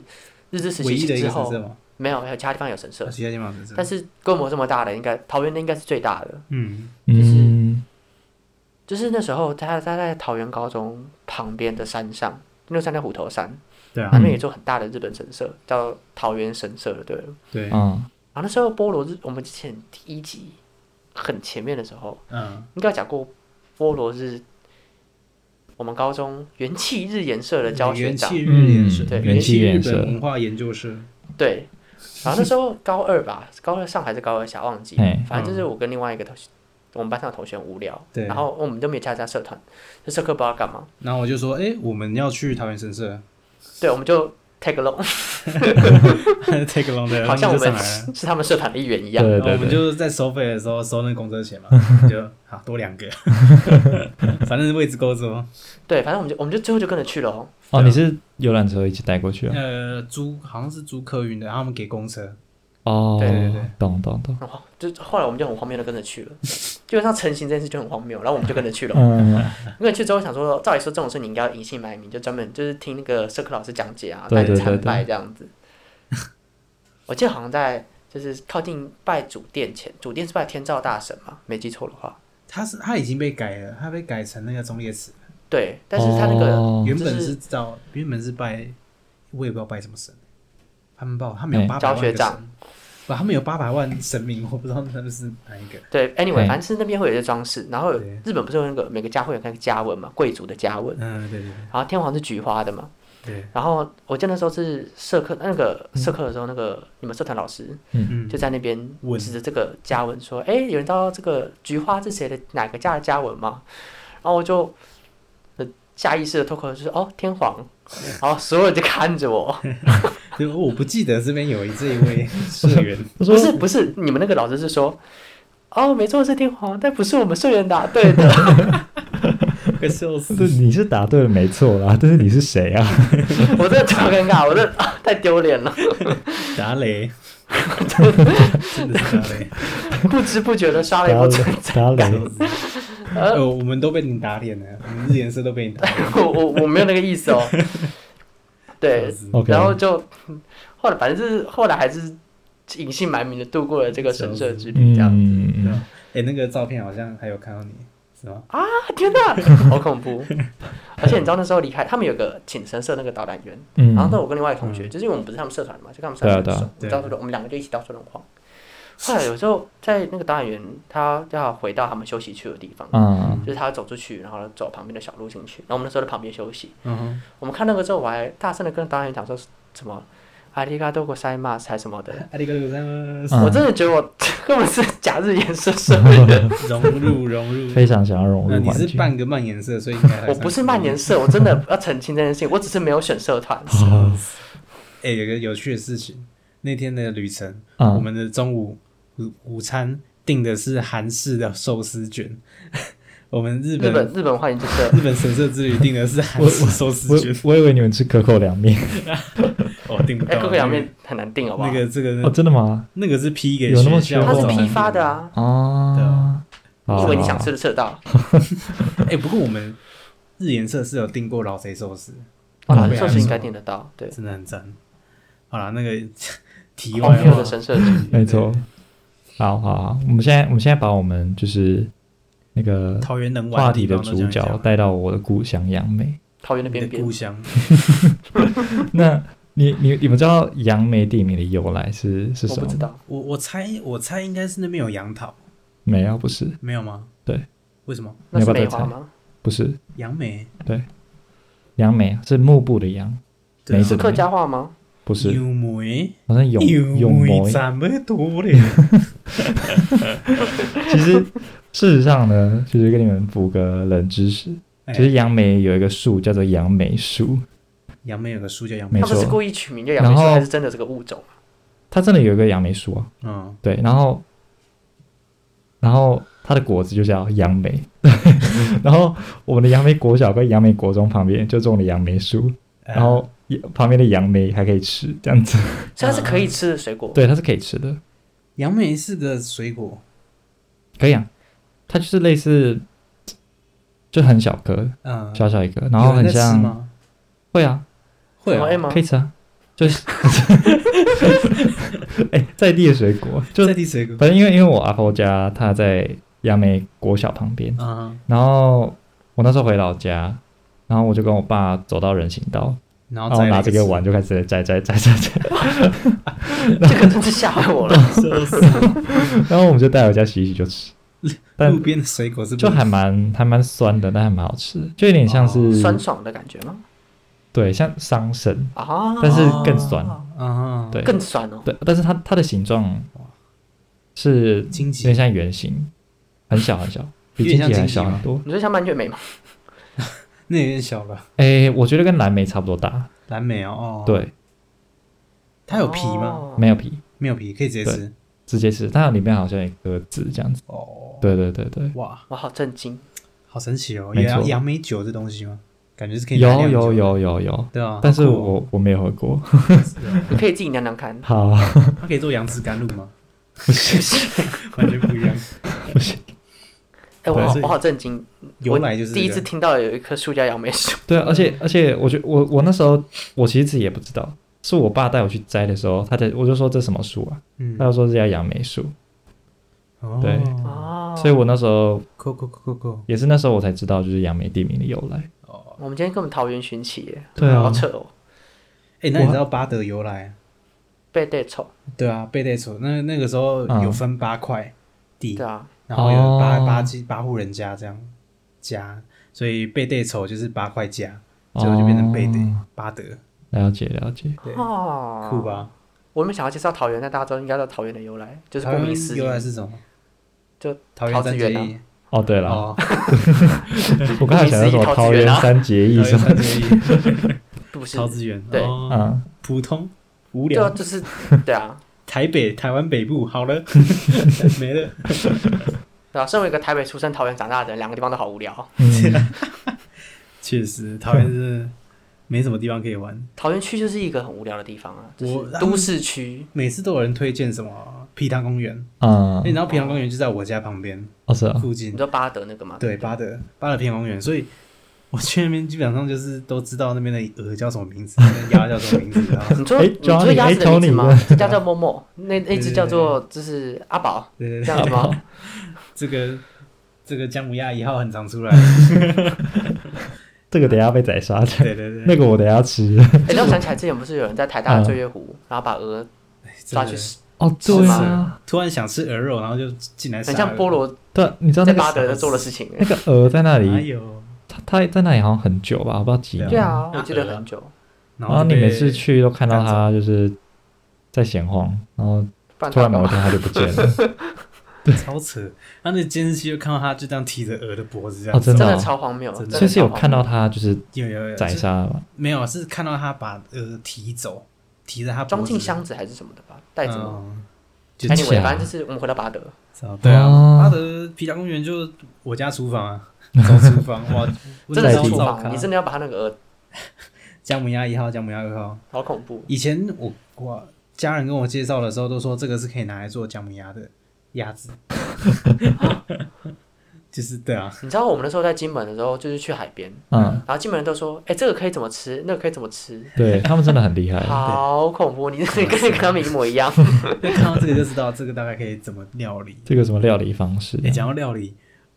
Speaker 3: 日治时
Speaker 1: 唯
Speaker 3: 期
Speaker 1: 一的一
Speaker 3: 之
Speaker 1: 个城
Speaker 3: 后
Speaker 1: 市嘛，
Speaker 3: 没有，没有其他地方有神社
Speaker 1: 啊，其他地方城市，
Speaker 3: 但是规模这么大的，应该桃园的应该是最大的。
Speaker 1: 嗯，
Speaker 3: 就是
Speaker 2: 嗯，
Speaker 3: 就是那时候他他在桃园高中旁边的山上，那山叫虎头山，
Speaker 1: 对啊
Speaker 3: 那，边有一座很大的日本神社，叫桃园神社，对。
Speaker 1: 对，
Speaker 2: 啊，
Speaker 3: 然后那时候菠萝日，我们之前第一集很前面的时候，
Speaker 1: 嗯，
Speaker 3: 应该有讲过菠萝日，我们高中元气日研社的教学
Speaker 1: 元
Speaker 3: 长，
Speaker 1: 气日研社，
Speaker 2: 嗯
Speaker 3: 对
Speaker 1: 元气
Speaker 2: 元
Speaker 1: 日
Speaker 2: 气
Speaker 1: 本
Speaker 2: 研社
Speaker 1: 文化研究社，
Speaker 3: 对，然后那时候高二吧，高二上还是高二下，忘记
Speaker 2: 哎，
Speaker 3: 反正就是我跟另外一个同学，我们班上的同学很无聊，
Speaker 1: 嗯对
Speaker 3: 然后我们都没有参加社团，这社课不知道干嘛，
Speaker 1: 然后我就说，哎，我们要去桃园神社 <laughs>
Speaker 3: 对，我们就 tag along，
Speaker 1: ，take along 的，
Speaker 3: 好像我
Speaker 1: 他就上
Speaker 3: 们
Speaker 1: 来了。
Speaker 3: 是是他们社团的一员一
Speaker 2: 对 <laughs>
Speaker 3: 样。
Speaker 2: 对
Speaker 1: 然后我
Speaker 2: 对
Speaker 1: 们
Speaker 2: 对，
Speaker 1: 就是在收费的时候收那个公车钱嘛， <laughs> 就好多两个， <laughs> 反正位置够坐。
Speaker 3: 对，反正我们就我们就最后就跟着去了哦。
Speaker 2: 哦，你是游览车一起带过去啊？
Speaker 1: 呃，租好像是租客运的，然后他们给公车，
Speaker 2: 哦
Speaker 3: 对
Speaker 1: 对对，
Speaker 2: 懂懂懂，
Speaker 3: 然后就后来我们就很荒谬的跟着去了，基本上成型这件事就很荒谬，然后我们就跟着去了。哦
Speaker 2: 嗯，
Speaker 3: 跟着去之后想说，照理说这种事你应该要隐姓埋名，就专门就是听那个社科老师讲解啊，
Speaker 2: 对
Speaker 3: 带着
Speaker 2: 对对
Speaker 3: 参
Speaker 2: 对
Speaker 3: 拜这样子。 <laughs> 我记得好像在就是靠近拜主殿前，主殿是拜天照大神嘛，没记错的话。
Speaker 1: 他是他已经被改了，他被改成那个中列祠，
Speaker 3: 对，但是他那个、
Speaker 2: 哦
Speaker 1: 原本
Speaker 3: 就是
Speaker 1: 是照原本是拜，我也不知道拜什么神，他们报他们有
Speaker 2: 哎
Speaker 1: 八百
Speaker 3: 教
Speaker 1: 万
Speaker 3: 学
Speaker 1: 个
Speaker 3: 长
Speaker 1: 神，不，他们有八百万神明，我不知道他们是哪一个，
Speaker 3: 对，anyway，
Speaker 2: 嘿
Speaker 3: 反正是那边会有一些装饰，然后有
Speaker 1: 对
Speaker 3: 日本不是有那个每个家会有那个家纹嘛，贵族的家纹，
Speaker 1: 嗯，对对
Speaker 3: 然后天皇是菊花的嘛。
Speaker 1: 对对，
Speaker 3: 然后我记得那时候是社课那个社课的时候，那个你们社团老师
Speaker 1: 嗯
Speaker 3: 就，在那边
Speaker 1: 问
Speaker 3: 指着这个家文说：“哎、有人知道这个菊花是谁的哪个家的家文吗？”然后我就呃下意识的脱口而出：“哦，天皇。”然后所有人就看着我，
Speaker 1: 就我不记得这边有这一位社员，
Speaker 2: 他说
Speaker 3: 不是不是，你们那个老师是说。哦，没错，是天皇，但不是我们社员答对的。
Speaker 1: 快笑死，
Speaker 2: 对你是答对了没错啦，但是你是谁啊？
Speaker 3: 我真的超尴尬，我这、啊、太丢脸了。
Speaker 1: 打雷，真的是打雷，
Speaker 3: 不知不觉的
Speaker 2: 打
Speaker 3: 刷了一波
Speaker 2: 雷
Speaker 3: 存
Speaker 2: 打雷
Speaker 1: 笑，死，呃，我们都被你打脸了，我们日颜色都被你打脸，
Speaker 3: 我我我没有那个意思哦。对
Speaker 1: 笑，死
Speaker 2: OK
Speaker 3: 然后就后来反正就是后来还是隐姓埋名的度过了这个神社之旅，这样、
Speaker 2: 嗯嗯
Speaker 1: 对
Speaker 2: 嗯
Speaker 1: 啊，哎、那个照片好像还有看到你，是吗？
Speaker 3: 啊！天哪，好恐怖！而且你知道那时候离开他们有个请神社那个导览员，
Speaker 2: 嗯，
Speaker 3: 然后那我跟另外一个同学，就是因为我们不是他们社团的嘛，就跟他们社团
Speaker 2: 对啊
Speaker 3: 很熟，我
Speaker 1: 对啊
Speaker 3: 们到处都我们两个就一起到处乱晃。后来有时候在那个导览员他要回到他们休息区的地方，
Speaker 2: 啊，
Speaker 3: 就是他走出去，然后走旁边的小路进去，然后我们那时候在旁边休息。
Speaker 1: 嗯哼，
Speaker 3: 我们看那个之后，我还大声的跟导演讲说什么“阿里嘎多国塞马”还什么的。
Speaker 1: ありがとうございます。
Speaker 2: 嗯
Speaker 3: 我真的觉得我根本是假日颜色社会人，
Speaker 2: 啊
Speaker 1: 融 <laughs> 入融入，
Speaker 2: 非常想要融
Speaker 1: 那
Speaker 2: 入
Speaker 1: 你
Speaker 2: 环
Speaker 1: 是
Speaker 2: 境。
Speaker 1: 半个慢颜色，所以应该还
Speaker 3: 我不是慢颜色，我真的要澄清这件事情，我只是没有选社
Speaker 2: <laughs>
Speaker 3: 团。
Speaker 2: 啊
Speaker 1: 哎、有个有趣的事情，那天的旅程，我
Speaker 2: 啊
Speaker 1: 们的中午午午餐订的是韩式的寿司卷， <laughs> 我们日
Speaker 3: 日
Speaker 1: 本
Speaker 3: 本日本欢迎这社
Speaker 1: <laughs> 日本神社之旅订的是韩式寿司
Speaker 2: 我
Speaker 1: 卷，
Speaker 2: 我以为你们吃可口凉
Speaker 1: <laughs>
Speaker 2: 面
Speaker 1: 哦，订不
Speaker 3: 哎，
Speaker 1: 到。
Speaker 3: 各个两面很难定，好不好
Speaker 1: 那？个这个
Speaker 2: 哦，真的吗？
Speaker 1: 那个是批给
Speaker 2: 有那么
Speaker 1: 学校
Speaker 2: 缺
Speaker 3: 它
Speaker 2: 货
Speaker 3: 是
Speaker 2: 吗
Speaker 3: 批发的。啊，
Speaker 1: 对
Speaker 2: 哦
Speaker 1: 啊，
Speaker 3: 你以为你想吃
Speaker 2: 好？
Speaker 3: 的吃得到？
Speaker 1: 哎、不过我们日颜色是有订过老贼寿司，
Speaker 3: 哦，
Speaker 2: 好
Speaker 3: 老
Speaker 2: 好
Speaker 3: 师
Speaker 1: 对
Speaker 3: 寿
Speaker 1: 啊
Speaker 3: 司应该订得到，对。
Speaker 2: 哦
Speaker 1: 真的很赞。好了，那个 <laughs> 题
Speaker 3: 荒
Speaker 1: 外
Speaker 3: 谬
Speaker 1: 话
Speaker 3: 的，神社之旅
Speaker 2: 没错。好好好，我们现在我们现在把我们就是那个
Speaker 1: 桃园能玩
Speaker 2: 话
Speaker 1: 地
Speaker 2: 题的
Speaker 1: 方都
Speaker 2: 主
Speaker 1: 讲一
Speaker 2: 角
Speaker 1: 讲
Speaker 2: 带到我的故乡杨梅。 <laughs>
Speaker 3: 桃园的
Speaker 1: 你
Speaker 3: 边
Speaker 1: 的
Speaker 3: 边
Speaker 1: 故，乡，
Speaker 2: 那你你你们知道杨梅地名的由来是是
Speaker 3: 我
Speaker 2: 什么
Speaker 3: 不知
Speaker 2: 吗？
Speaker 3: 道，
Speaker 1: 我我猜我猜应该是那边有杨桃，
Speaker 2: 没有，不是，
Speaker 1: 没有吗？
Speaker 2: 对，
Speaker 1: 为什么
Speaker 3: 那是
Speaker 2: 你要不
Speaker 3: 梅
Speaker 2: 要再
Speaker 3: 花吗？
Speaker 2: 不是
Speaker 1: 杨梅？
Speaker 2: 杨梅，啊是幕布的杨，
Speaker 1: 对啊
Speaker 2: 梅子
Speaker 3: 是
Speaker 2: 的
Speaker 3: 客家话吗？
Speaker 2: 不是，
Speaker 1: 杨梅，
Speaker 2: 好像永
Speaker 1: 杨
Speaker 2: 永梅
Speaker 1: 梅。怎么多
Speaker 2: <laughs>
Speaker 1: 嘞？
Speaker 2: 其实事实上呢，就是跟你们补个冷知识，
Speaker 1: 哎
Speaker 2: 其实杨梅有一个树叫做杨梅树，
Speaker 1: 杨梅有个书叫杨
Speaker 2: 没
Speaker 1: 梅
Speaker 3: 他，
Speaker 2: 错
Speaker 3: 们是故意取名叫杨梅
Speaker 2: 然
Speaker 3: 树，
Speaker 2: 后
Speaker 3: 还是真的这个物种？
Speaker 2: 它真的有一个杨梅树啊，
Speaker 1: 嗯，
Speaker 2: 对，然后然后它的果子就叫杨梅， <laughs> 然后我们的杨梅国小跟杨梅国中旁边就种了杨梅树，
Speaker 1: 哎
Speaker 2: 然
Speaker 1: 呃
Speaker 2: 后旁边的杨梅还可以吃，这样子，
Speaker 3: 所以它是可以吃的水果。
Speaker 2: 对，它是可以吃的。
Speaker 1: 杨梅是个水果，
Speaker 2: 可以啊，它就是类似，就很小颗，
Speaker 1: 嗯，
Speaker 2: 小小一个，然后
Speaker 1: 有人
Speaker 2: 很
Speaker 1: 在吃
Speaker 2: 像，
Speaker 1: 吗？
Speaker 2: 会啊，
Speaker 1: 会
Speaker 3: 什么
Speaker 1: 啊，
Speaker 3: M 啊
Speaker 2: 可以吃啊，就是， <laughs> 哎、在地的水果，就
Speaker 1: 在地水果
Speaker 2: 反正因为因为我阿婆家她在杨梅国小旁边，
Speaker 1: 啊，
Speaker 2: 然后我那时候回老家，然后我就跟我爸走到人行道，
Speaker 1: 然
Speaker 2: 然
Speaker 1: 后
Speaker 2: 后
Speaker 1: 摘了
Speaker 2: 拿
Speaker 1: 一
Speaker 2: 这个
Speaker 1: 吃 <laughs>
Speaker 3: <laughs>
Speaker 2: 碗，就开始摘摘摘摘摘，
Speaker 3: 这个真是吓坏我
Speaker 2: <laughs>
Speaker 3: 了。
Speaker 1: 笑死
Speaker 2: 然后我们就带回家洗一洗就吃，但
Speaker 1: 路边的水果是不
Speaker 2: 就还蛮还蛮酸的，但还蛮好吃的，就有点像是、
Speaker 3: 酸爽的感觉吗？
Speaker 2: 对，像桑葚。
Speaker 3: 啊，
Speaker 2: 但是更酸
Speaker 1: 啊，
Speaker 2: 对
Speaker 3: 更酸哦。
Speaker 2: 对，但是它它的形状是有
Speaker 1: 荆棘
Speaker 2: 点像圆形，很小很小，比
Speaker 1: 有
Speaker 2: 荆
Speaker 1: 点
Speaker 2: 棘
Speaker 1: 像
Speaker 2: 还
Speaker 1: 荆棘
Speaker 2: 小
Speaker 1: 吗
Speaker 2: 很多。
Speaker 3: 你说像蔓越莓吗？
Speaker 1: 那有点小了，
Speaker 2: 诶，我觉得跟蓝莓差不多大。
Speaker 1: 蓝莓哦，哦，
Speaker 2: 对，
Speaker 1: 它有皮吗？
Speaker 3: 哦
Speaker 2: 没有皮，
Speaker 1: 没有皮，可以直接吃
Speaker 2: 直接吃。它里面好像有个籽这样子。
Speaker 1: 哦。
Speaker 2: 对对对对，
Speaker 1: 哇，
Speaker 3: 我好震惊。
Speaker 1: 好神奇哦！有
Speaker 2: 没错
Speaker 1: 杨杨梅酒这东西吗？感觉是可以拿
Speaker 2: 有
Speaker 1: 酿酒
Speaker 2: 有，有有有，
Speaker 1: 对啊。
Speaker 2: 但是
Speaker 1: 好酷 <laughs> 哦
Speaker 2: 我我没有喝过。。
Speaker 1: 是啊
Speaker 3: 你可以自己量
Speaker 1: <laughs>
Speaker 3: 量看
Speaker 2: 好，
Speaker 1: 它可以做杨枝甘露吗？
Speaker 2: 不行
Speaker 1: 完全不一
Speaker 2: <laughs>
Speaker 1: 样，
Speaker 2: 不行。
Speaker 3: 哎，我
Speaker 1: 对啊
Speaker 3: 好
Speaker 1: 所以
Speaker 3: 我好震惊，
Speaker 1: 由来就是这个
Speaker 3: 第一次听到有一棵树叫杨梅树。
Speaker 2: 对啊，而且而且，我觉我我那时候我其实自己也不知道，是我爸带我去摘的时候，他在我就说这什么树啊，
Speaker 1: 嗯
Speaker 2: 他，就说这叫杨梅树，
Speaker 1: 哦
Speaker 2: 呃对
Speaker 3: 哦，
Speaker 2: 所以我那时候
Speaker 1: ，go go go go go，
Speaker 2: 也是那时候我才知道，就是杨梅地名的由来。
Speaker 1: 哦，
Speaker 3: 我们今天根本桃园寻奇耶，
Speaker 2: 对啊
Speaker 3: 好扯哦，
Speaker 1: 哎，那你知道巴德由来？
Speaker 3: 被带丑，
Speaker 1: 对啊，贝代楚那那个时候
Speaker 2: 嗯
Speaker 1: 有分八块地
Speaker 3: 对，啊，
Speaker 1: 然后有八
Speaker 2: 哦
Speaker 1: 八七八户人家这样加，所以贝代丑就是八块加，最后就变成贝德
Speaker 2: 哦
Speaker 1: 巴德，
Speaker 2: 了解了解，
Speaker 1: 对，
Speaker 3: 哦，
Speaker 1: 酷？吧？
Speaker 3: 我原本想要介绍桃园，但大家都应该知道桃园的由来，就是
Speaker 1: 桃
Speaker 3: 顾
Speaker 1: 园啊
Speaker 3: 名思义
Speaker 1: 由，来是什么？
Speaker 3: 就
Speaker 1: 桃
Speaker 3: 桃
Speaker 1: 园
Speaker 3: 子
Speaker 1: 三结
Speaker 3: 园啊
Speaker 1: 义
Speaker 2: 哦，对了，
Speaker 1: 哦，
Speaker 2: 我刚才想到什么
Speaker 3: 桃
Speaker 2: 桃
Speaker 3: 园
Speaker 2: 园
Speaker 3: 啊
Speaker 2: 三结义
Speaker 1: 桃
Speaker 2: 是
Speaker 1: 园
Speaker 2: 吧？
Speaker 1: 三结义，
Speaker 3: 不是
Speaker 1: 桃，子园
Speaker 3: <laughs> 对
Speaker 1: 哦 <laughs>
Speaker 2: 嗯，
Speaker 1: 普通无
Speaker 3: 对啊，
Speaker 1: 聊，
Speaker 3: 就是对啊，
Speaker 1: 台北台湾北部好了 <laughs> 没了，
Speaker 3: 对啊，身为一个台北出生、桃园长大的人，两个地方都好无聊。
Speaker 1: 啊
Speaker 2: 嗯
Speaker 1: 确实桃园是没什么地方可以玩，
Speaker 3: 桃园区就是一个很无聊的地方啊，就
Speaker 1: 我
Speaker 3: 是都市区，
Speaker 1: 每次都有人推荐什么皮塘公园，
Speaker 2: 嗯
Speaker 1: 哎，，然后皮塘公园就在我家旁边
Speaker 2: 哦是啊，
Speaker 1: 附
Speaker 3: 你
Speaker 1: 近，
Speaker 3: 说巴德那个嘛，
Speaker 1: 对巴德巴德平公园，所以我去那边基本上就是都知道那边的鹅叫什么名字，那鸭叫什么名字，然后
Speaker 3: <laughs> 你说
Speaker 2: 哎
Speaker 3: 你说
Speaker 2: Johnny，
Speaker 3: 鸭子的名字吗
Speaker 2: 哎？
Speaker 3: 这家叫默默，那那只
Speaker 1: 对
Speaker 3: 叫做就是阿宝，
Speaker 1: 对对
Speaker 3: 这
Speaker 1: 对，
Speaker 3: 样子吗？
Speaker 1: 这个这个姜母鸭一号很常出来，
Speaker 3: <laughs>
Speaker 2: 这个等一下被宰杀的，
Speaker 1: 对对对，
Speaker 2: 那个我等一下吃。
Speaker 3: 哎，让我想起来之前不是有人在台
Speaker 2: 嗯
Speaker 3: 大的醉月湖，然后把鹅抓去吃，
Speaker 2: 哦，
Speaker 1: 真
Speaker 2: 对
Speaker 1: 的
Speaker 2: 啊，
Speaker 1: 突然想吃鹅肉，然后就进来杀
Speaker 3: 很
Speaker 1: 鹅，
Speaker 3: 像菠萝
Speaker 2: 对啊，你知道
Speaker 3: 在
Speaker 2: 那
Speaker 3: 巴
Speaker 2: 个
Speaker 3: 德做的事情。
Speaker 2: 那个鹅在
Speaker 1: 哪
Speaker 2: 那里，
Speaker 1: 有？
Speaker 2: 它它在那里好像很久吧，我不知道几
Speaker 3: 对
Speaker 2: 年。
Speaker 3: 啊，
Speaker 1: 嗯
Speaker 3: 我记得很久，
Speaker 1: 然
Speaker 2: 然后
Speaker 1: 就
Speaker 2: 啊你
Speaker 1: 被
Speaker 2: 每次去都看到它就是在闲晃，然后
Speaker 3: 不然
Speaker 2: 突
Speaker 3: 他
Speaker 2: 然
Speaker 3: 干
Speaker 2: 某一
Speaker 3: 嘛？
Speaker 2: 天它就不见了。 <laughs>
Speaker 1: 超扯，然后那监视器就看到他就这样提着鹅的脖子这
Speaker 2: 哦
Speaker 1: 样，
Speaker 2: 真
Speaker 3: 真
Speaker 2: 的哦
Speaker 3: 的超荒谬，
Speaker 1: 真的
Speaker 3: 真
Speaker 2: 所
Speaker 3: 的
Speaker 2: 以是有
Speaker 3: 超荒
Speaker 2: 看到
Speaker 3: 谬
Speaker 2: 它就是
Speaker 1: 有有有
Speaker 2: 宰
Speaker 1: 就是
Speaker 2: 杀了吧？
Speaker 1: 没有，是看到他把鹅提走，提着他脖子
Speaker 3: 装进箱子还是什么的吧，袋子吗？
Speaker 1: 嗯就
Speaker 2: 哎
Speaker 3: 哎，你
Speaker 2: 真假
Speaker 3: 反正就是我们回到巴德，
Speaker 1: 操对啊
Speaker 2: 哦，
Speaker 1: 巴德皮夹公园就我家厨房啊，走厨房
Speaker 3: <laughs>
Speaker 1: 哇，
Speaker 2: 真的
Speaker 3: 真的
Speaker 1: 我
Speaker 2: 是在
Speaker 3: 是
Speaker 1: 知
Speaker 2: 厨
Speaker 3: 厨
Speaker 1: 道
Speaker 3: 房，
Speaker 1: 咖
Speaker 3: 你真的要把他那个鹅，
Speaker 1: 姜母鸭一号、姜母鸭二号，
Speaker 3: 好恐怖。
Speaker 1: 以前我我家人跟我介绍的时候都说这个是可以拿来做姜母鸭的鸭子， <laughs> 就是对啊，
Speaker 3: 你知道我们那时候在金门的时候，就是去海边，
Speaker 2: 嗯，
Speaker 3: 然后金门人都说，哎，这个可以怎么吃，那个可以怎么吃，
Speaker 2: 对他们真的很厉害。
Speaker 3: 好恐怖，你你跟跟他们一模一样。
Speaker 1: 看到这个就知道这个大概可以怎么料理。
Speaker 2: 这个什么料理方式啊
Speaker 1: 哎、？讲到料理，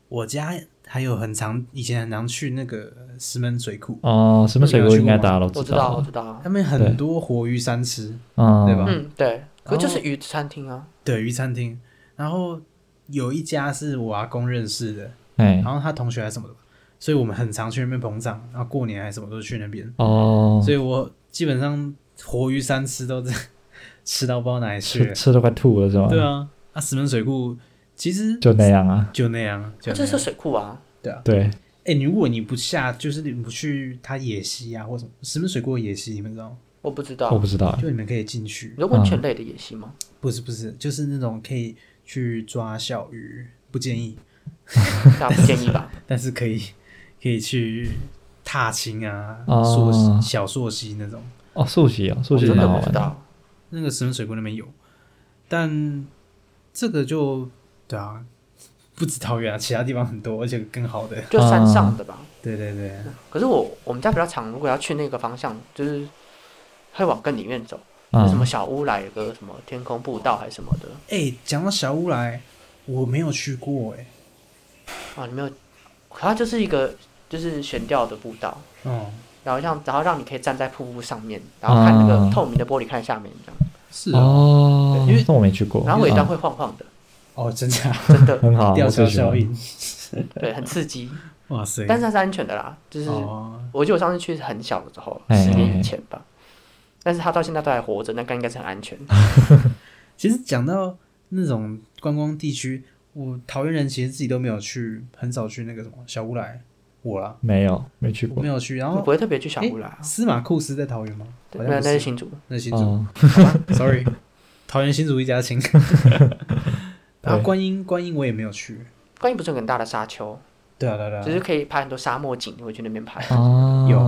Speaker 1: 我家还有很常以前很常去那个石门水库，
Speaker 2: 哦，什么水果应该大家都
Speaker 3: 我知道，
Speaker 2: 道
Speaker 3: 我
Speaker 2: 了，
Speaker 3: 知道。
Speaker 1: 他们很多活鱼三吃，
Speaker 2: 嗯，
Speaker 1: 对吧
Speaker 3: 嗯，对，可
Speaker 1: 然后
Speaker 3: 就是鱼餐厅啊。
Speaker 1: 对鱼餐厅，然后有一家是我阿公认识的，
Speaker 2: 哎
Speaker 1: 然，后他同学还是什么的吧，所以我们很常去那边捧场，然后过年还是什么都去那边，
Speaker 2: 哦，
Speaker 1: 所以我基本上活鱼三吃都在 <laughs> 吃到不知道哪里去
Speaker 2: 吃
Speaker 1: 了。
Speaker 2: 吃都快吐 <laughs> 了是吗？
Speaker 1: 对，啊，啊石门水库其实
Speaker 2: 就那样啊，
Speaker 1: 就那样，就
Speaker 3: 它
Speaker 1: 那
Speaker 3: 这
Speaker 1: 样
Speaker 3: 是水库啊，
Speaker 2: 对，
Speaker 1: 哎、如果你不下，就是你不去它野溪啊，或什么石门水库的野溪，你们知道吗？
Speaker 3: 我不知道
Speaker 2: 我。不知道，
Speaker 1: 就你们可以进去，
Speaker 2: 嗯
Speaker 3: 有温泉类的野溪吗？
Speaker 1: 不是不是，就是那种可以去抓小鱼，不建议，
Speaker 3: 那不建议吧。
Speaker 1: 但是可以可以去踏青啊，
Speaker 2: 哦
Speaker 1: 溯溪小溯溪那种，
Speaker 2: 哦，速写哦，速
Speaker 3: 我
Speaker 2: 写
Speaker 3: 真
Speaker 2: 蛮
Speaker 3: 的
Speaker 2: 好
Speaker 3: 不
Speaker 2: 玩
Speaker 3: 知
Speaker 2: 的，
Speaker 3: 道。
Speaker 1: 那个石门水库那边有，但这个就对啊，不止桃园啊，其他地方很多，而且更好的，
Speaker 3: 就山上的吧。
Speaker 1: 对对对，
Speaker 3: 可是我我们家比较常，如果要去那个方向，就是会往更里面走，就什么啊
Speaker 2: 嗯，
Speaker 3: 小乌来有个什么天空步道还是什么的
Speaker 1: 哎、讲到小乌来，我没有去过哎、
Speaker 3: 啊，你没有？可它就是一个就是悬吊的步道，
Speaker 1: 哦、
Speaker 3: 然后让然后让你可以站在瀑布上面，然后看那个
Speaker 2: 啊
Speaker 3: 透明的玻璃看下面这样，
Speaker 1: 是哦，
Speaker 2: 哦，
Speaker 1: 因为
Speaker 2: 那我没去过，
Speaker 3: 然后尾
Speaker 2: 嗯
Speaker 3: 端会晃晃的，
Speaker 1: 哦，真假？
Speaker 3: 真的
Speaker 2: 很
Speaker 1: <laughs>
Speaker 2: 好，
Speaker 1: 吊
Speaker 2: 我
Speaker 1: 桥
Speaker 2: 最喜
Speaker 1: 效
Speaker 2: 欢，
Speaker 1: 应，
Speaker 3: 对，很刺激，
Speaker 1: 哇塞！
Speaker 3: 但是它是安全的啦，就是
Speaker 1: 哦，
Speaker 3: 我记得我上次去是很小的时候，
Speaker 2: 哎
Speaker 3: 十年以前吧，但是它到现在都还活着，那个应该是很安全。
Speaker 1: 其实讲到那种观光地区，我桃园人其实自己都没有去，很少去那个什么小乌来，我啦，
Speaker 2: 没有没去
Speaker 1: 我
Speaker 2: 过
Speaker 1: 没，有去。然
Speaker 3: 我
Speaker 1: 后
Speaker 3: 不会特别去小乌来啊
Speaker 1: 诶，司马库斯在桃园吗？
Speaker 3: 对
Speaker 1: 好像
Speaker 3: 那那
Speaker 1: 不
Speaker 3: 是
Speaker 1: 是，
Speaker 3: 新竹。
Speaker 1: 那是新竹。
Speaker 2: 哦，
Speaker 1: <laughs> Sorry，桃园新竹一家
Speaker 2: <laughs>
Speaker 1: 亲。然后观音，观音我也没有去。
Speaker 3: 观音不是有很大的沙丘，
Speaker 1: 对啊，对啊
Speaker 3: 只
Speaker 1: 对
Speaker 3: 是
Speaker 1: 啊。
Speaker 3: 可以拍很多沙漠景，你会去那边拍，
Speaker 2: 啊，
Speaker 1: 有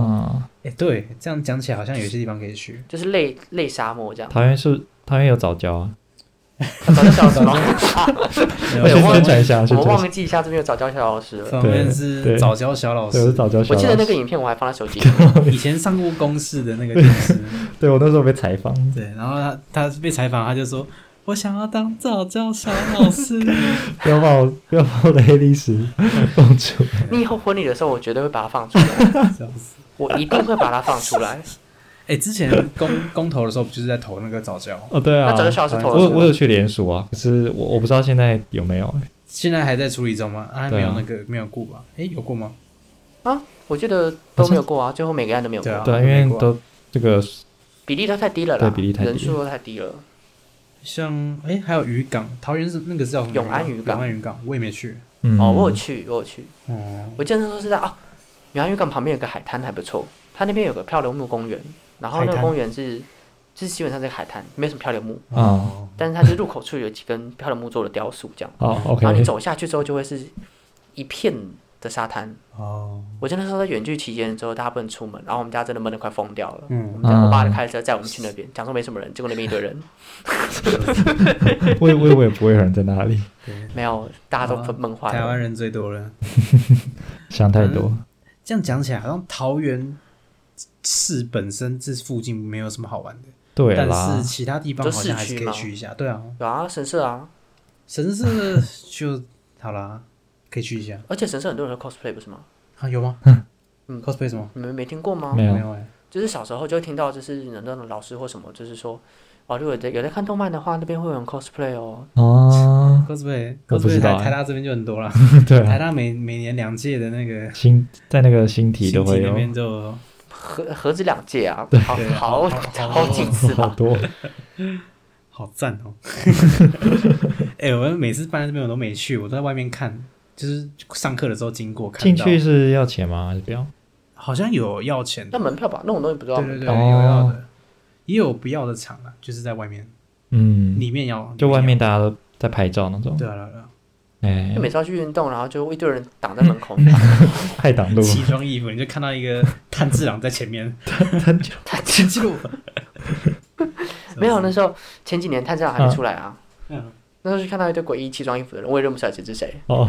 Speaker 1: 哎，对，这样讲起来好像有些地方可以去。
Speaker 3: 就是类类沙漠这样。
Speaker 2: 桃园是桃园有早教啊，
Speaker 3: 啊早教小老师吗？ <laughs>
Speaker 1: 没
Speaker 2: 我
Speaker 1: 有
Speaker 2: 先
Speaker 3: 我
Speaker 2: 宣
Speaker 3: 忘了
Speaker 2: 传一下，
Speaker 3: 我
Speaker 2: 宣
Speaker 3: 们
Speaker 2: 传一下，
Speaker 3: 忘记一下这边有早教小老师了。
Speaker 1: 反面
Speaker 2: 对
Speaker 1: 是
Speaker 2: 对
Speaker 1: 早教小老
Speaker 2: 对，我是
Speaker 1: 师，
Speaker 2: 早教小
Speaker 3: 我
Speaker 2: 老
Speaker 3: 记
Speaker 2: 师，
Speaker 3: 得那个影片我还放在手机里，
Speaker 1: 以前上过公视的那个电视。
Speaker 2: 对我那时候被采访，
Speaker 1: <laughs> 对，然后他他被采访，他就说：“我想要当早教小老
Speaker 2: <laughs>
Speaker 1: 师。
Speaker 2: 不要把我不要把我的黑历史放出，
Speaker 3: 你以后婚礼的时候，我绝对会把它放出来，”
Speaker 1: 笑死！
Speaker 3: 我一定会把它放
Speaker 1: <laughs>
Speaker 3: 出来。
Speaker 1: 哎、之前公公投的时候，不就是在投那个早教？
Speaker 2: 哦，对啊
Speaker 3: 那，早教小老师投
Speaker 2: 我我
Speaker 3: 了
Speaker 2: 有去联署啊，可是我我不知道现在有没有欸，
Speaker 1: 现在还在处理中吗？啊，还没
Speaker 2: 对
Speaker 1: 有
Speaker 2: 啊
Speaker 1: 那个没有过吧？哎、有过吗？
Speaker 3: 啊，我记得都没有过啊，最后每个案都没有
Speaker 1: 对啊
Speaker 3: 过，
Speaker 2: 对啊，因
Speaker 1: 没
Speaker 2: 为
Speaker 1: 过啊
Speaker 2: 都这个
Speaker 3: 比例都太低了啦，
Speaker 2: 对比例太低
Speaker 3: 人数都太低了。
Speaker 1: 像哎、还有渔港，桃园是那个是叫什么
Speaker 3: 永安渔港
Speaker 1: 永安渔港我也没去。
Speaker 2: 嗯，
Speaker 3: 哦，我有去，我有去，
Speaker 1: 哦、
Speaker 3: 我记得那时候是在啊，苗栗港旁边有个海滩还不错，它那边有个漂流木公园，然后那
Speaker 1: 海
Speaker 3: 个
Speaker 1: 滩
Speaker 3: 公园是就是基本上是海滩，没什么漂流木，
Speaker 2: 啊
Speaker 1: 哦，
Speaker 3: 但是它就是入口处有几根漂流木做的雕塑这样，
Speaker 2: 好
Speaker 3: 然后你
Speaker 2: ，OK，
Speaker 3: 走下去之后就会是一片的沙滩。
Speaker 1: 哦，
Speaker 3: 我记得那时候在远距期间之后，大家不能出门，然后我们家真的闷得快疯掉了。
Speaker 1: 嗯
Speaker 3: 我们家我爸
Speaker 2: 啊
Speaker 3: 就开车载我们去那边，讲说没什么人，结果那边一堆人，
Speaker 2: 我以我以为不会有人在那里，
Speaker 1: 对，
Speaker 3: 没有，大家都
Speaker 2: 哦
Speaker 3: 闷闷坏
Speaker 1: 台湾
Speaker 3: 了。
Speaker 1: 人最多了。
Speaker 2: 想太多，
Speaker 3: 嗯
Speaker 1: 这样讲起来，好像桃园市本身这附近没有什么好玩的，
Speaker 2: 对
Speaker 1: 但
Speaker 2: 啦
Speaker 1: 是，其他地方
Speaker 3: 就
Speaker 1: 好像还
Speaker 3: 市
Speaker 1: 是
Speaker 3: 区
Speaker 1: 可以
Speaker 3: 吗
Speaker 1: 去一下。对啊，
Speaker 3: 有啊，神社啊，
Speaker 1: 神社
Speaker 2: <laughs>
Speaker 1: 就好啦，可以去一下
Speaker 3: 而且神社很多人会 cosplay 不是吗？
Speaker 1: 啊？有吗？
Speaker 3: 嗯
Speaker 1: c o s p l a y 什么？
Speaker 3: 你们没听过吗？
Speaker 2: 没有
Speaker 1: 没有哎、
Speaker 3: 就是小时候就会听到，就是那种老师或什么，就是说，哦，如果有在有在看动漫的话，那边会有人 cosplay 哦。
Speaker 2: 哦，
Speaker 1: c o s p l a y
Speaker 2: 我不
Speaker 1: cosplay
Speaker 2: 知道
Speaker 1: 台
Speaker 2: 欸
Speaker 1: 台大这边就很多啦，
Speaker 2: <laughs> 对
Speaker 1: 台
Speaker 2: 啊，
Speaker 1: 大每每年两届的那个
Speaker 2: 新在那个新体
Speaker 1: 新
Speaker 2: 都
Speaker 1: 体
Speaker 2: 会
Speaker 1: 那
Speaker 2: 有
Speaker 1: 边就
Speaker 3: 何何止两届啊，好
Speaker 1: 对
Speaker 3: 好
Speaker 1: 好
Speaker 3: 好几
Speaker 2: <laughs>
Speaker 3: 次
Speaker 2: 好
Speaker 3: 吧。
Speaker 2: 多，
Speaker 1: 好赞 <laughs> 哦、哎、我们每次搬到这边我都没去，我都在外面看，就是上课的时候经过看
Speaker 2: 进
Speaker 1: 到，
Speaker 2: 去是要钱吗？还是不要？
Speaker 1: 好像有要钱
Speaker 3: 那
Speaker 1: 的，
Speaker 3: 门票吧，那种东西不知道
Speaker 1: 对
Speaker 3: 门
Speaker 1: 对对，
Speaker 3: 票。
Speaker 2: 哦
Speaker 1: 有要的，也有不要的场啊，就是在外面，
Speaker 2: 嗯，
Speaker 1: 里面要
Speaker 2: 就外面
Speaker 1: 的，
Speaker 2: 大家都在拍照那种，
Speaker 1: 对啊对啊对啊，
Speaker 2: 哎
Speaker 3: 就，每次要去运动，然后就一堆人挡在门口，
Speaker 1: 嗯 <laughs>
Speaker 2: 太挡 <laughs> 路了，
Speaker 1: 奇装异服，你就看到一个炭治郎在前 <laughs> 面，炭治郎，
Speaker 3: <laughs> 没有，那时候前几年探长还没出来啊，
Speaker 1: 嗯
Speaker 3: 那时候就看到一堆诡异奇装异服的人，我也认不出来谁是谁。
Speaker 2: 哦，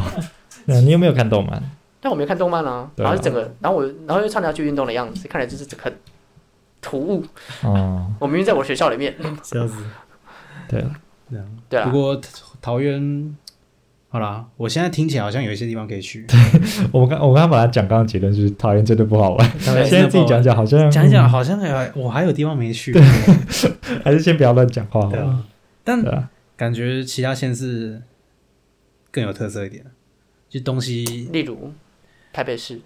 Speaker 2: 那 <laughs> 你有没有看动漫？
Speaker 3: 但我没有看动漫啊，
Speaker 2: 对啊
Speaker 3: 然后就整个，然后我，然后又差点要去运动的样子，看起来就是很突兀。
Speaker 2: 哦，
Speaker 3: 我明明在我学校里面，
Speaker 1: 笑死。
Speaker 2: 对了，
Speaker 1: 这样
Speaker 3: 对啊
Speaker 1: 不，过桃园好啦，我现在听起来好像有一些地方可以去，
Speaker 2: 我刚我刚刚本来讲刚刚结论就是桃园真的不好玩，
Speaker 1: 对
Speaker 2: 现在自己讲讲好像
Speaker 1: 讲一讲好像还有我还有地方没去，
Speaker 2: <laughs> 还是先不要乱讲话好
Speaker 1: 对
Speaker 2: 了。
Speaker 1: 啊，但
Speaker 2: 哦对啊，
Speaker 1: 感觉其他县市更有特色一点，就东西
Speaker 3: 例如台北市，